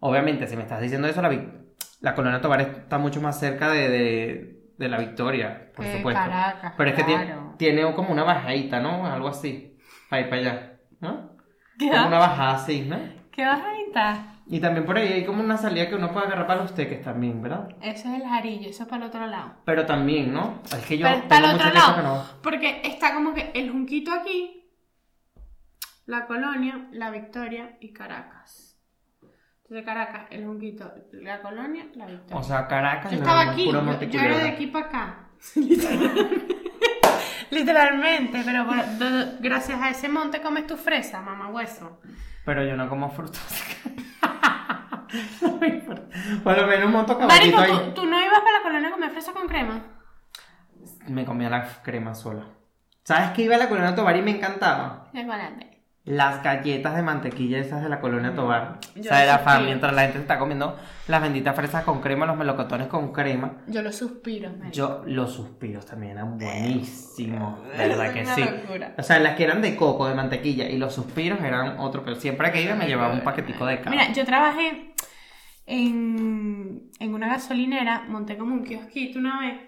B: obviamente, si me estás diciendo eso, la, Vic- la colonia Tobar está mucho más cerca de, de- de la Victoria, por
A: Que
B: supuesto.
A: Caracas,
B: Pero es que tiene,
A: claro.
B: tiene como una bajadita, ¿no? Algo así, para ir para allá, ¿no?
A: ¿Qué,
B: Como
A: va-
B: una bajada así, ¿no?
A: qué vas a editar?
B: Y también por ahí hay como una salida que uno puede agarrar para los teques también, ¿verdad?
A: Eso es el jarillo, eso es para el otro lado.
B: Pero también, ¿no? Es que yo
A: Pero es para
B: tengo
A: el
B: mucho
A: otro
B: tiempo
A: lado.
B: que no.
A: Porque está como que el junquito aquí, la colonia, la Victoria y Caracas. Entonces Caracas, el junquito, la colonia, la Victoria.
B: O sea, Caracas
A: yo
B: y
A: estaba
B: luego
A: aquí,
B: puro
A: yo,
B: Monte
A: yo era de
B: Culebra.
A: aquí para acá. Literalmente, pero por- do- do- gracias a ese monte comes tu fresa, mamá hueso.
B: Pero yo no como frutas. no me importa. Por lo menos monto caballito
A: Marico,
B: Ah, ahí.
A: ¿tú, tú no ibas para la colonia a comer fresa con crema?
B: Me comía la crema sola. ¿Sabes qué iba a la colonia Tobar y me encantaba?
A: El volante.
B: Las galletas de mantequilla esas de la colonia Tobar.
A: Mm. Yo
B: o sea, era
A: las
B: fan.
A: sufrí.
B: Mientras la gente se está comiendo las benditas fresas con crema, los melocotones con crema.
A: Yo lo suspiro, marico.
B: Yo, los suspiros también eran
A: Eh,
B: buenísimos. De verdad que
A: Es una
B: sí.
A: locura.
B: O sea, las que eran de coco, de mantequilla, y los suspiros eran otro, pero siempre que iba me llevaba un paquetico de cada.
A: Mira, yo trabajé en, en una gasolinera, monté como un kiosquito una vez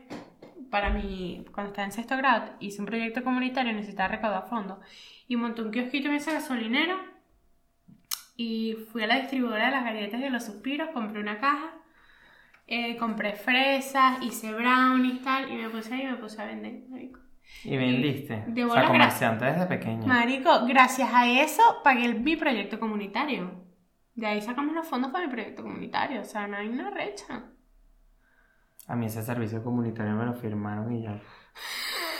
A: para mi, cuando estaba en sexto grado, hice un proyecto comunitario y necesitaba recaudar fondos. Y monté un kiosquito en esa gasolinera y fui a la distribuidora de las galletas de los suspiros, compré una caja, eh, compré fresas, hice brownies, tal, y me puse ahí y me puse a vender. marico.
B: y vendiste.
A: de
B: o
A: bola
B: sea,
A: gra-
B: comerciante desde pequeña.
A: Marico, gracias a eso pagué el- mi proyecto comunitario. De ahí sacamos los fondos para mi proyecto comunitario. O sea, no hay una recha.
B: A mí ese servicio comunitario me lo firmaron y ya.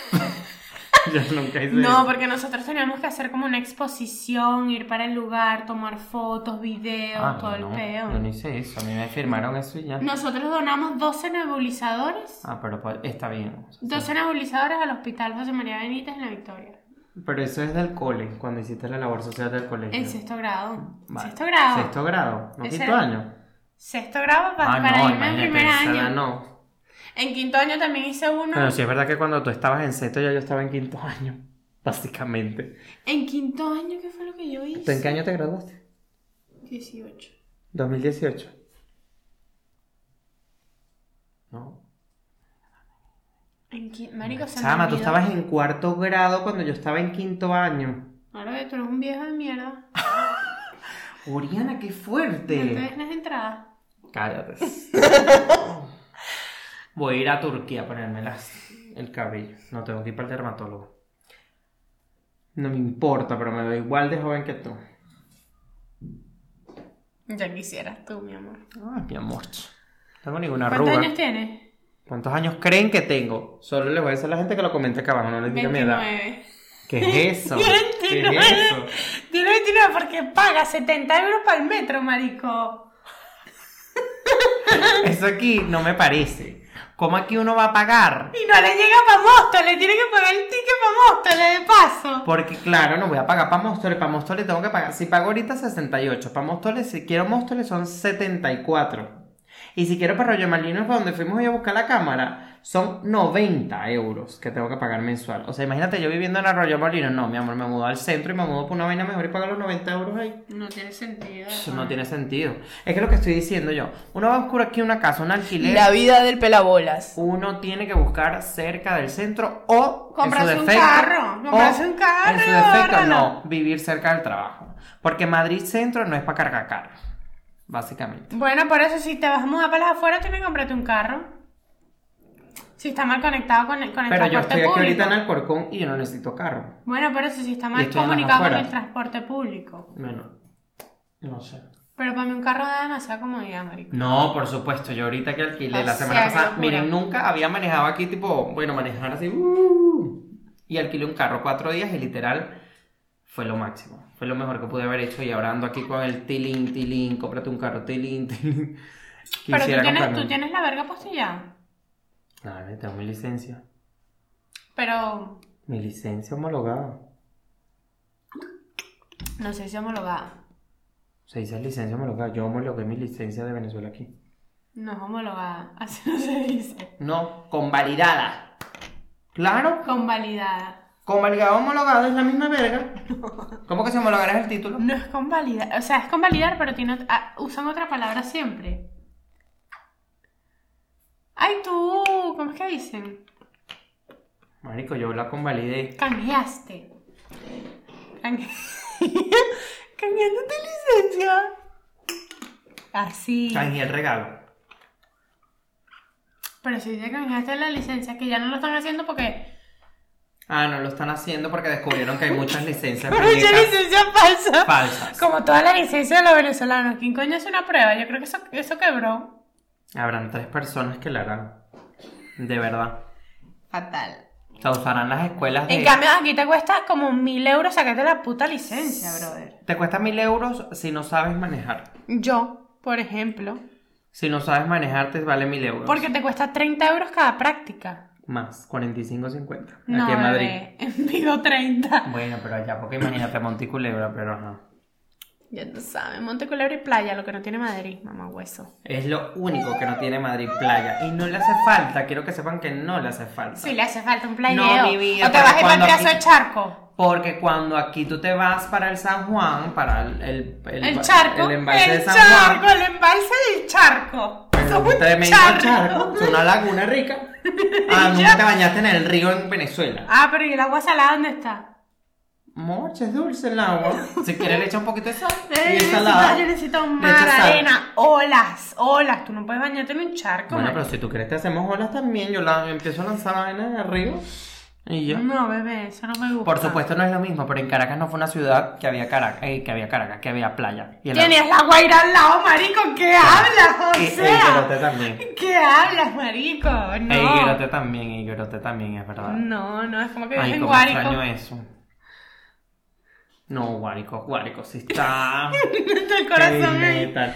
B: yo nunca hice
A: No,
B: eso.
A: porque nosotros teníamos que hacer como una exposición, ir para el lugar, tomar fotos, videos,
B: Ah,
A: todo
B: no,
A: el peo.
B: Yo no hice eso. A mí me firmaron eso y ya.
A: Nosotros donamos 12 nebulizadores.
B: Ah, pero pues, está bien. o sea,
A: 12 nebulizadores al Hospital José María Benítez en la Victoria.
B: Pero eso es del cole, cuando hiciste la labor social del colegio.
A: En sexto grado.
B: Vale.
A: Sexto grado. Sexto,
B: Sexto grado, no
A: Ese-
B: quinto año.
A: grado pa-
B: ah,
A: para
B: no,
A: irme en
B: imagínate,
A: primer
B: esa
A: año.
B: edad no.
A: En quinto año también hice uno.
B: Bueno, sí es verdad que cuando tú estabas en sexto ya yo estaba en quinto año, básicamente.
A: En quinto año, ¿qué fue lo que yo
B: ¿Tú en qué
A: hice?
B: año te graduaste?
A: 18.
B: 2018. No.
A: ¿En qué? Marico, se me
B: Sama, tú
A: olvidó.
B: estabas en cuarto grado cuando yo estaba en quinto año.
A: Ahora que tú eres un viejo de mierda.
B: Oriana, qué
A: No te ves
B: fuerte.
A: las entradas.
B: Cállate. Voy a ir a Turquía a ponerme las- el cabello. No tengo que ir para el dermatólogo. No me importa, pero me veo igual de joven que tú.
A: Ya quisieras tú, mi amor.
B: Ay, mi amor. No tengo ninguna
A: ¿Cuántos
B: arruga.
A: años tienes?
B: ¿Cuántos años creen que tengo? Solo les voy a decir a la gente que lo comente acá abajo, no les diga mi edad.
A: 29.
B: ¿Qué es eso? ¿Qué es
A: 29.
B: eso?
A: Tiene 29 porque paga 70 euros para el metro, marico.
B: Eso aquí no me parece. ¿Cómo aquí uno va a pagar?
A: Y no le llega para Mosto, le tiene que pagar el ticket para Mosto, le de paso.
B: Porque claro, no voy a pagar para Móstoles. Para Móstoles tengo que pagar. Si pago ahorita 68, para Móstoles, si quiero Móstoles son 74. Y si quiero para Rollo Malinos, para donde fuimos hoy a buscar la cámara, son 90 euros que tengo que pagar mensual. O sea, imagínate yo viviendo en Arroyo Molinos. No, mi amor, me mudo al centro y me mudo por una vaina mejor y pago los 90 euros ahí.
A: No tiene sentido.
B: Eso no tiene sentido. Es que lo que estoy diciendo yo, uno va a buscar aquí una casa, un alquiler,
C: La vida del pelabolas.
B: uno tiene que buscar cerca del centro o en su
A: Comprarse un
B: defecto,
A: carro,
B: o,
A: comprarse un carro,
B: En su defecto
A: agárralo.
B: no, vivir cerca del trabajo, porque Madrid centro no es para cargar carros, básicamente.
A: Bueno, por eso si te vas a mudar para las afueras, tienes que comprarte un carro. Si está mal conectado con el, con el
B: Pero yo
A: transporte
B: estoy aquí
A: público.
B: ahorita en Alcorcón y yo no necesito carro.
A: Bueno, por eso si está
B: Y
A: mal
B: estoy en las
A: comunicado con
B: afueras.
A: el transporte público.
B: Bueno, no sé.
A: Pero para mí un carro da demasiada comodidad, marico.
B: No, por supuesto, yo ahorita que alquilé
A: O
B: la
A: sea,
B: semana
A: qué
B: pasada,
A: locura.
B: miren, nunca había manejado aquí tipo, bueno, manejar así, uh, y alquilé un carro cuatro días y literal fue lo máximo. Fue lo mejor que pude haber hecho y ahora ando aquí con el tilín, tilín, cómprate un carro, tilín, tilín.
A: Pero tú tienes,
B: comprarme
A: tú
B: un-
A: tienes la verga postillada.
B: No, no, tengo mi licencia.
A: Pero
B: Mi licencia homologada.
A: no sé si homologada.
B: Se dice licencia homologada. Yo homologué mi licencia de Venezuela aquí.
A: No es homologada. Así no se dice.
B: No, convalidada. Claro,
A: Convalidada.
B: convalidada homologada es la misma verga. ¿Cómo que se homologará el título?
A: No es convalidar. O sea, es convalidar, pero tiene ot- ah, usan otra palabra siempre. Ay, tú. ¿Cómo es que dicen?
B: Marico, yo la convalidé.
A: Canjeaste. Canje... Canjeándote licencia. Así.
B: Canjeé el regalo.
A: Pero si te canjeaste la licencia, que ya no lo están haciendo porque.
B: Ah, no lo están haciendo porque descubrieron que hay muchas licencias
A: Mucha
B: muñecas
A: licencia falsa.
B: falsas.
A: Como toda la licencia de los venezolanos. ¿Quién coño hace una prueba? Yo creo que eso, eso quebró.
B: Habrán tres personas que la harán. De verdad.
A: Fatal.
B: Causarán las escuelas de.
A: En cambio, aquí te cuesta como mil euros sacarte la puta licencia, brother.
B: Te cuesta mil euros si no sabes manejar.
A: Yo, por ejemplo.
B: Si no sabes manejar, te vale mil euros.
A: Porque te cuesta 30 euros cada práctica.
B: Más, 45, 50.
A: No,
B: aquí en Madrid.
A: bebé. Pido 30.
B: Bueno, pero allá, porque imagínate Monte y Culebra, pero ajá.
A: Ya tú sabes, Monte Culebra y Playa, lo que no tiene Madrid, mamá hueso.
B: Es lo único que no tiene Madrid playa. Y no le hace falta, quiero que sepan que no le hace falta.
A: Sí, le hace falta un playeo.
B: No, mi vida,
A: o te
B: pero
A: vas a ir para el
B: cuando
A: pedazo
B: aquí-
A: de charco.
B: Porque cuando aquí tú te vas para el San Juan, para el, el,
A: El,
B: el-
A: charco.
B: el embalse de San
A: charco,
B: Juan,
A: el embalse del charco.
B: es
A: Somos
B: un
A: un
B: tremendo
A: charco.
B: charco. es una laguna rica. Ah, nunca te bañaste en el río en Venezuela.
A: Ah, pero ¿y el agua salada dónde está?
B: Mocha, es dulce el agua. Si quieres le echa un poquito de sal
A: Eh,
B: y
A: yo,
B: ensalada.
A: necesito, yo necesito
B: Le
A: mar,
B: echas sal.
A: arena, olas, olas. Tú no puedes bañarte en un charco.
B: Bueno,
A: marico.
B: pero si tú quieres te hacemos olas también. Yo la empiezo a lanzar la vaina de arriba y ya.
A: No, bebé, eso no me gusta.
B: Por supuesto no es lo mismo, pero en Caracas no fue una ciudad que había Caracas, que había Caracas, que había playa. Y el-
A: Tienes la guaira al lado, marico. ¿Qué hablas? O
B: y- y Iberote
A: sea,
B: también.
A: ¿qué hablas, marico? No.
B: E Higuerote también, e Higuerote también, es verdad.
A: No, no, es como que
B: Ay,
A: vives en
B: cómo
A: Guárico.
B: extraño eso. No, Guárico, Guárico sí está. este
A: El corazón
B: heavy
A: ahí.
B: metal.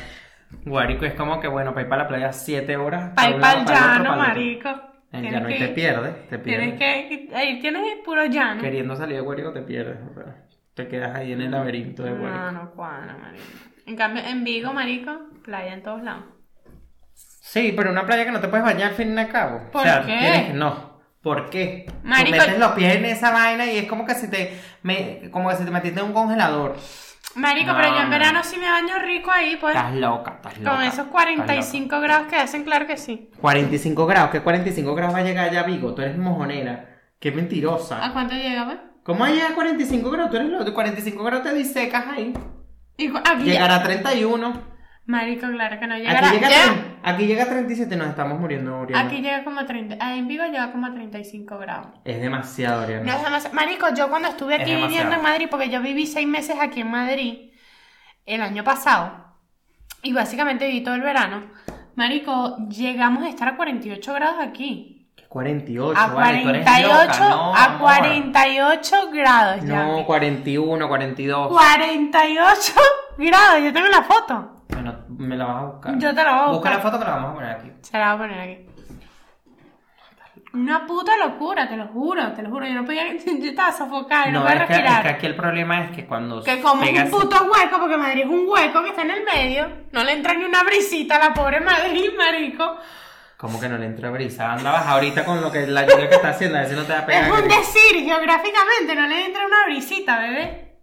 B: Guárico es como que, bueno, para ir para la playa 7 horas. para
A: PayPal
B: un lado, para el otro,
A: llano,
B: para el otro.
A: marico.
B: En
A: Tienes
B: llano y
A: que-
B: te pierdes, te pierdes.
A: Tienes que. Ahí tienes puro llano.
B: Queriendo salir de Guárico te pierdes. o sea, te quedas ahí
A: Mm.
B: en el laberinto de Guárico.
A: No, no cuadra, marico. En cambio, en Vigo, marico, playa en todos lados.
B: Sí, pero una playa que no te puedes bañar al fin y al cabo.
A: ¿Por
B: o sea,
A: qué?
B: tienes- no. ¿Por qué?
A: Marico-
B: Tú metes los pies en esa vaina y es como que si te, me- como que si te metiste en un congelador.
A: Marico,
B: No,
A: pero yo en
B: no.
A: verano sí me baño rico ahí, pues.
B: Estás loca, estás loca.
A: Con esos
B: estás
A: 45 grados que hacen, claro que sí.
B: loca. 45 grados, ¿qué 45 grados va a llegar allá, Vigo? Tú eres mojonera. Qué
A: ¿A
B: mentirosa.
A: cuánto llega, pues?
B: ¿Cómo llega a 45 grados? Tú eres loca. 45 grados te disecas ahí.
A: Y cu- Aquí
B: Llegará a 31.
A: Marico, claro que no llegará.
B: Aquí llega,
A: Llega-
B: tre- aquí llega a 37. Nos estamos muriendo, Oriana.
A: Aquí llega como a 30. ah, En Vigo llega como a 35 grados.
B: Es demasiado,
A: No
B: Oriana.
A: es demasiado. Marico, yo cuando estuve
B: Es
A: aquí viviendo en
B: demasiado.
A: Madrid, porque yo viví seis meses aquí en Madrid el año pasado, y básicamente viví todo el verano, Marico, llegamos a estar a 48 grados aquí.
B: 48,
A: A
B: vale, tú
A: 48,
B: eres loca, no,
A: a
B: amor.
A: 48 grados. ya.
B: No, 41, 42.
A: 48 grados, yo tengo la foto.
B: Bueno, me la vas a buscar.
A: Yo te la voy a
B: Busca
A: buscar.
B: la foto que la vamos a poner aquí.
A: Se la voy a poner aquí. Una puta locura, te lo juro, te lo juro. Yo no podía, yo estaba sofocada, yo no, podía
B: es que,
A: respirar.
B: es que aquí el problema es que cuando
A: Que como es un
B: pegas-
A: puto hueco, porque Madrid es un hueco que está en el medio, no le entra ni una brisita a la pobre Madrid, marico.
B: Como que no le entra brisa. Andabas ahorita con lo que la lluvia que está haciendo, a ver si no te va a
A: Es
B: pegar.
A: un decir, geográficamente no le entra una brisita, bebé.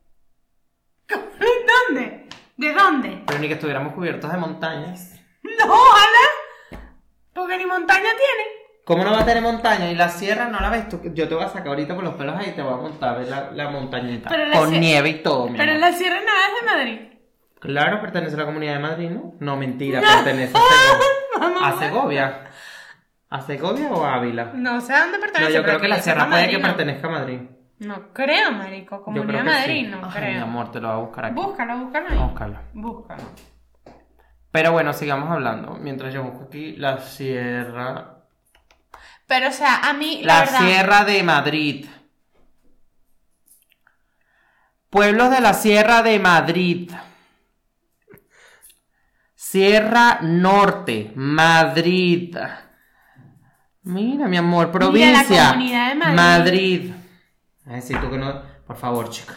A: ¿Cómo? ¿Dónde? ¿De dónde?
B: Pero ni que estuviéramos cubiertos de montañas.
A: No, ojalá. Porque ni montaña tiene.
B: ¿Cómo no va a tener montaña? Y la sierra no la ves tú. Yo te voy a sacar ahorita con los pelos ahí y te voy a montar ¿ves? la, la montañita.
A: Pero la
B: con
A: sie-
B: nieve y todo, mi
A: Pero
B: amor.
A: la sierra nada es de Madrid.
B: Claro, pertenece a la comunidad de Madrid, ¿no? No, mentira,
A: No.
B: pertenece a Segovia.
A: Mamá,
B: a Segovia. ¿A Segovia o a Ávila?
A: No sé a dónde
B: No,
A: pertenece.
B: yo
A: pero
B: creo que la
A: sepa
B: sierra puede
A: Madrid,
B: que
A: no.
B: pertenezca a Madrid.
A: No creo, marico.
B: Yo
A: Comunidad
B: creo que
A: Madrid,
B: sí.
A: no
B: Ay, Mi
A: creo.
B: amor, te lo voy a buscar aquí.
A: Búscalo, búscalo ahí.
B: Vamos a buscarlo.
A: Búscalo.
B: Pero bueno, sigamos hablando. Mientras yo busco aquí la sierra.
A: Pero, o sea, a mí, la,
B: La
A: verdad.
B: sierra de Madrid. Pueblos de la Sierra de Madrid. Sierra Norte, Madrid. Mira, mi amor, provincia.
A: comunidad de Madrid.
B: Madrid. Ay, sí, tú que no. Por favor, chica.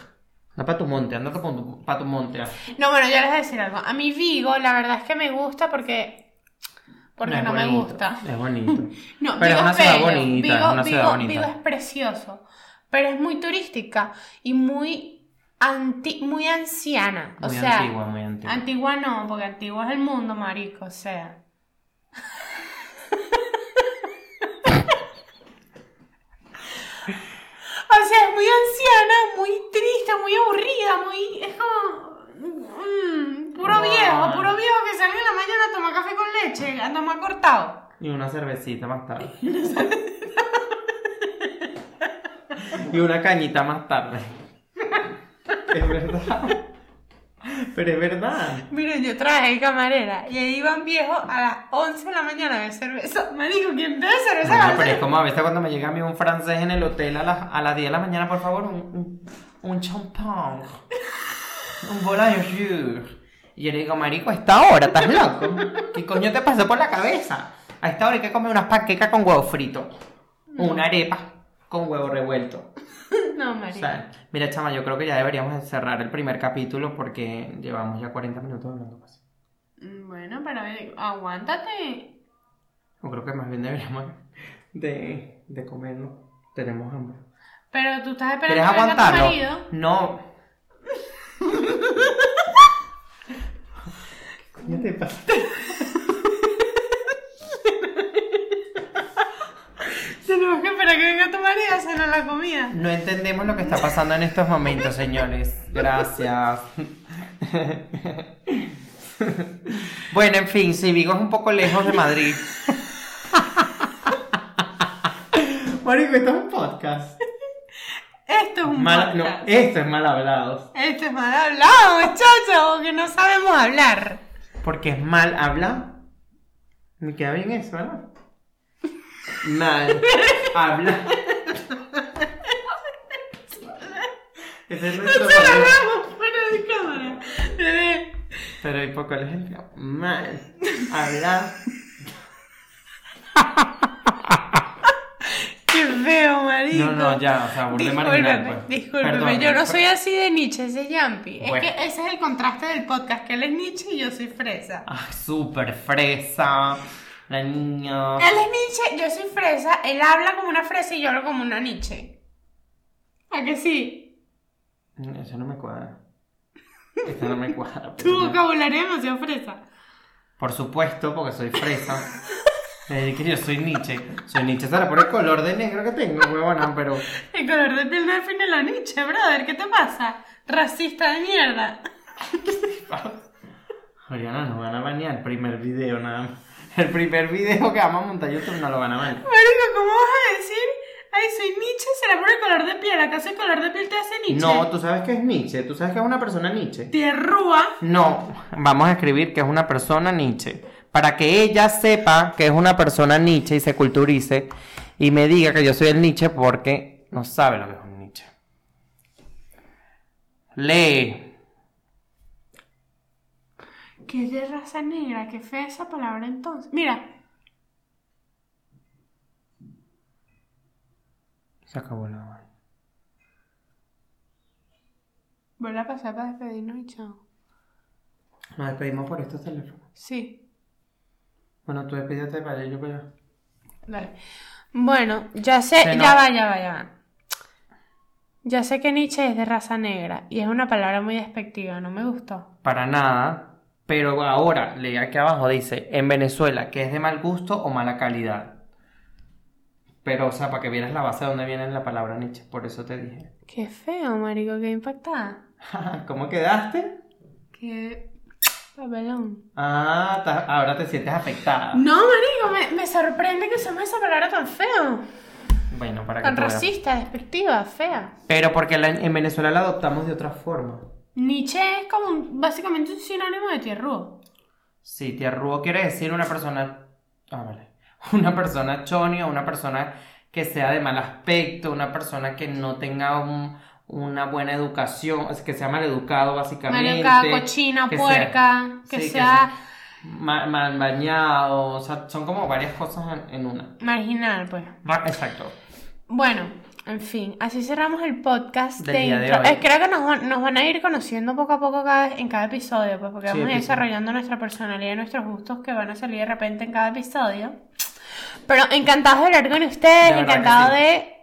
B: Anda para tu monte, anda para tu, pa' tu monte. ah.
A: No, bueno, yo les voy a decir algo. A mí Vigo, la verdad es que me gusta porque. Porque
B: Es
A: no me
B: bonito,
A: gusta.
B: Es bonito.
A: No,
B: Pero es
A: Vigo
B: una
A: es
B: ciudad
A: bello.
B: bonita,
A: Vigo,
B: es una ciudad
A: Vigo-
B: bonita.
A: Vigo es precioso. Pero es muy turística y muy, anti, muy anciana.
B: Muy
A: o sea,
B: antigua, muy antigua.
A: Antigua no, porque antigua es el mundo, marico, o sea. o sea, es muy anciana, muy triste, muy aburrida, muy. Es como. mm, puro
B: Wow.
A: viejo, puro viejo que sale en la mañana a tomar café con leche, a tomar cortado.
B: Y una cervecita más tarde. y una cañita más tarde. Es verdad. Pero es verdad.
A: Miren, yo trabajé de camarera y ahí iban viejos a las 11 de la mañana a ver cerveza. Marico, ¿quién bebe cerveza? a
B: Bueno,
A: las
B: pero es
A: 11?
B: como a veces cuando me llega a mí un francés en el hotel a las, a las 10 de la mañana, por favor, un, un, un champán. Un volaille. Y yo le digo, marico, a esta hora, ¿estás loco? ¿Qué coño te pasó por la cabeza? A esta hora hay que comer unas panquecas con huevo frito. O Una arepa con huevo revuelto.
A: No,
B: O
A: marico.
B: sea, mira, chama, yo creo que ya deberíamos cerrar el primer capítulo porque llevamos ya 40 minutos hablando pues. casi.
A: Mm, Bueno, pero eh, aguántate.
B: Yo creo que más bien deberíamos de, de comernos. Tenemos hambre.
A: Pero tú estás
B: ¿Quieres
A: esperando que venga tu
B: aguantarlo?
A: marido.
B: No. ¿Qué coño te pasa?
A: Tenemos que esperar que venga tu marido a cenar la comida.
B: No entendemos lo que está pasando en estos momentos, señores. Gracias. Bueno, en fin, si Vigo es un poco lejos de Madrid. Marico, esto es un podcast.
A: Esto es un
B: Mal- no,
A: podcast.
B: esto es mal hablados.
A: Esto es mal hablado, muchachos, que no sabemos hablar.
B: Porque es mal hablado. Me queda bien eso, ¿verdad? Mal habla. Ese es nuestro
A: Pero
B: problema.
A: hablamos fuera de cámara. Bebé.
B: Pero hay poco ejemplo. Mal. Habla.
A: Qué feo, marido.
B: No, no, ya, o sea, burde marginal,
A: Discúlpeme,
B: pues.
A: discúlpeme,
B: Perdón.
A: yo no soy así de Nietzsche, ese es Yampi. Es
B: Bueno.
A: que ese es el contraste del podcast, que él es Nietzsche y yo soy fresa.
B: Ah, súper fresa. La niña.
A: Él es Nietzsche, yo soy fresa, él habla como una fresa y yo hablo como una Nietzsche. ¿A que sí?
B: Eso no me cuadra. Eso no me cuadra.
A: Tu vocabulario es demasiado fresa.
B: Por supuesto, porque soy fresa. Eh, que yo soy Nietzsche. Soy Nietzsche, Sara, por el color de negro que tengo, huevona, pero.
A: El color de piel no define la Nietzsche, brother, ¿qué te pasa? Racista de mierda.
B: Oriana, nos van a banear el primer video, nada más. El primer video que vamos a montar YouTube no lo van a banear.
A: Marico, ¿cómo vas a decir? Ay, soy Nietzsche, será por el color de piel, ¿acaso el color de piel te hace Nietzsche?
B: No, tú sabes que es Nietzsche, tú sabes que es una persona Nietzsche.
A: Te arrúa.
B: No, vamos a escribir que es una persona Nietzsche. Para que ella sepa que es una persona Nietzsche y se culturice y me diga que yo soy el Nietzsche porque no sabe lo que es un Nietzsche. Lee.
A: ¿Qué es de raza negra? ¿Qué fea esa palabra entonces? Mira,
B: Se acabó la hora.
A: vuelve a pasar para despedirnos y chao.
B: Nos despedimos por estos teléfonos.
A: Sí.
B: Bueno, tú despídete para ello, pero.
A: Vale. Bueno, ya sé,
B: Se
A: ya
B: no-
A: va, ya va, ya va. Ya sé que Nietzsche es de raza negra y es una palabra muy despectiva, no me gustó.
B: Para nada. Pero ahora, leí aquí abajo, dice, en Venezuela, que es de mal gusto o mala calidad. Pero, o sea, para que vieras la base de dónde viene la palabra Nietzsche, por eso te dije.
A: Qué feo, marico, qué impactada.
B: ¿Cómo quedaste?
A: Qué papelón.
B: Ah, ta- ahora te sientes afectada.
A: No, marico, me, me sorprende que usemos esa palabra tan feo.
B: Bueno, para que
A: Tan
B: tú veas.
A: racista, despectiva, fea.
B: Pero porque la- en Venezuela la adoptamos de otra forma.
A: Nietzsche es como un- básicamente un sinónimo de tierrúo.
B: Sí, tía Rúo quiere decir una persona. Ah, vale. Una persona choni o una persona que sea de mal aspecto, una persona que no tenga un, una buena educación, es que sea maleducado básicamente.
A: Marica, cochina,
B: que sea-
A: puerca, que
B: sí, que
A: sea
B: ma- mal bañado, o sea, son como varias cosas en, en una.
A: marginal, pues.
B: Ma- Exacto.
A: Bueno, en fin, así cerramos el podcast
B: Del
A: de
B: día de
A: intro.
B: hoy.
A: Eh, creo que nos, van- nos van a ir conociendo poco a poco cada- en cada episodio, pues porque
B: Sí,
A: vamos a ir
B: episodio.
A: desarrollando nuestra personalidad y nuestros gustos que van a salir de repente en cada episodio. Pero encantados de hablar con ustedes,
B: De verdad que
A: encantado
B: sí.
A: de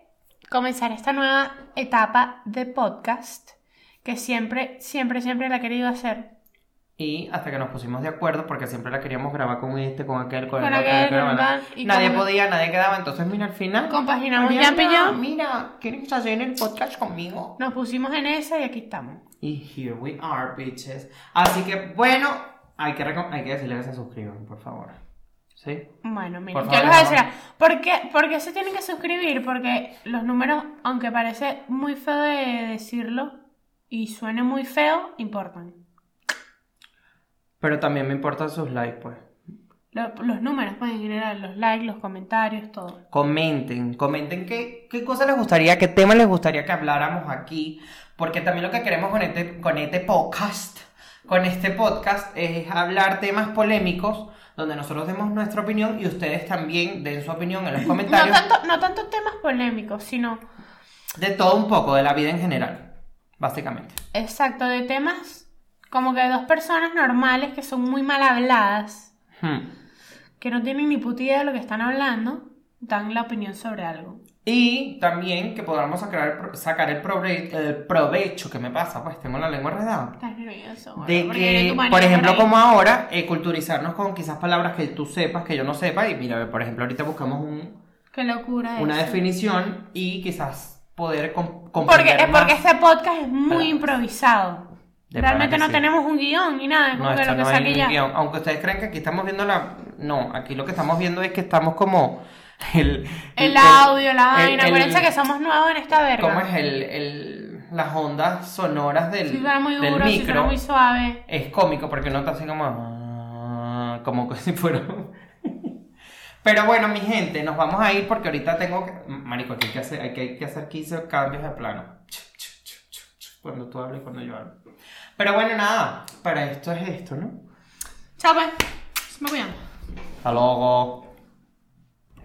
A: comenzar esta nueva etapa de podcast que siempre, siempre, siempre la he querido hacer.
B: Y hasta que nos pusimos de acuerdo, porque siempre la queríamos grabar con este, con aquel, con,
A: Con
B: el otro,
A: aquel,
B: con el
A: con
B: otro.
A: tal, y
B: Nadie
A: como-
B: podía, nadie quedaba. Entonces, mira, al final.
A: Compaginamos
B: Mariana,
A: ya pillado,
B: Mira, ¿quieres hacer el podcast conmigo?
A: nos pusimos en esa y aquí estamos.
B: Y here we are, bitches. Así que, bueno, hay que, recom- hay que decirle que se suscriban, por favor. ¿Sí?
A: Bueno, mira,
B: Por
A: yo les
B: favor,
A: voy a
B: no.
A: decir, algo. ¿por qué, por qué se tienen que suscribir? Porque los números, aunque parece muy feo de decirlo y suene muy feo, importan.
B: Pero también me importan sus likes, pues.
A: Lo- los números, pues en general, los likes, los comentarios, todo.
B: Comenten, comenten qué, qué cosa les gustaría, qué tema les gustaría que habláramos aquí. Porque también lo que queremos con este, con este podcast, con este podcast, es hablar temas polémicos donde nosotros demos nuestra opinión y ustedes también den su opinión en los
A: No
B: comentarios.
A: tanto, no tanto temas polémicos, sino,
B: De todo un poco, de la vida en general, básicamente.
A: exacto, de temas como que de dos personas normales que son muy mal habladas,
B: Hmm.
A: que no tienen ni puta idea de lo que están hablando, dan la opinión sobre algo.
B: Y también que podamos sacar el, pro- sacar el, prove- el provecho, que me pasa, pues tengo la lengua enredada.
A: Estás nervioso. bueno,
B: De
A: porque viene
B: que,
A: tu marido
B: por ejemplo,
A: ahí.
B: como ahora, eh, culturizarnos con quizás palabras que tú sepas, que yo no sepa. Y mira, por ejemplo, ahorita buscamos un-
A: Qué locura
B: una
A: eso.
B: definición y quizás poder com-
A: Porque,
B: comprender
A: es
B: más.
A: porque este podcast es muy
B: Claro.
A: improvisado.
B: De
A: Realmente
B: pana que
A: no
B: sí.
A: tenemos un guión ni nada, es como
B: No,
A: que
B: esto
A: lo que
B: no hay
A: sale
B: ni
A: ya.
B: guión. Aunque ustedes creen que aquí estamos viendo la... No, aquí lo que estamos viendo es que estamos como... El,
A: El audio, la
B: el-
A: vaina,
B: el-
A: acuérdense que somos nuevos en esta verga.
B: ¿Cómo es el, el- las ondas sonoras del,
A: Si suena muy
B: del
A: duro, si suena
B: micro?
A: muy suave.
B: Es cómico porque no está así como. ah, Como que si fuera. Pero bueno, mi gente, nos vamos a ir porque ahorita tengo que. Marico, aquí hay que hacer, hay que, hay que hacer 15 cambios de plano. Cuando tú hables, cuando yo hablo. Pero bueno, nada, para esto es esto, ¿no?
A: Chao, pues. Me cuidan.
B: Hasta luego.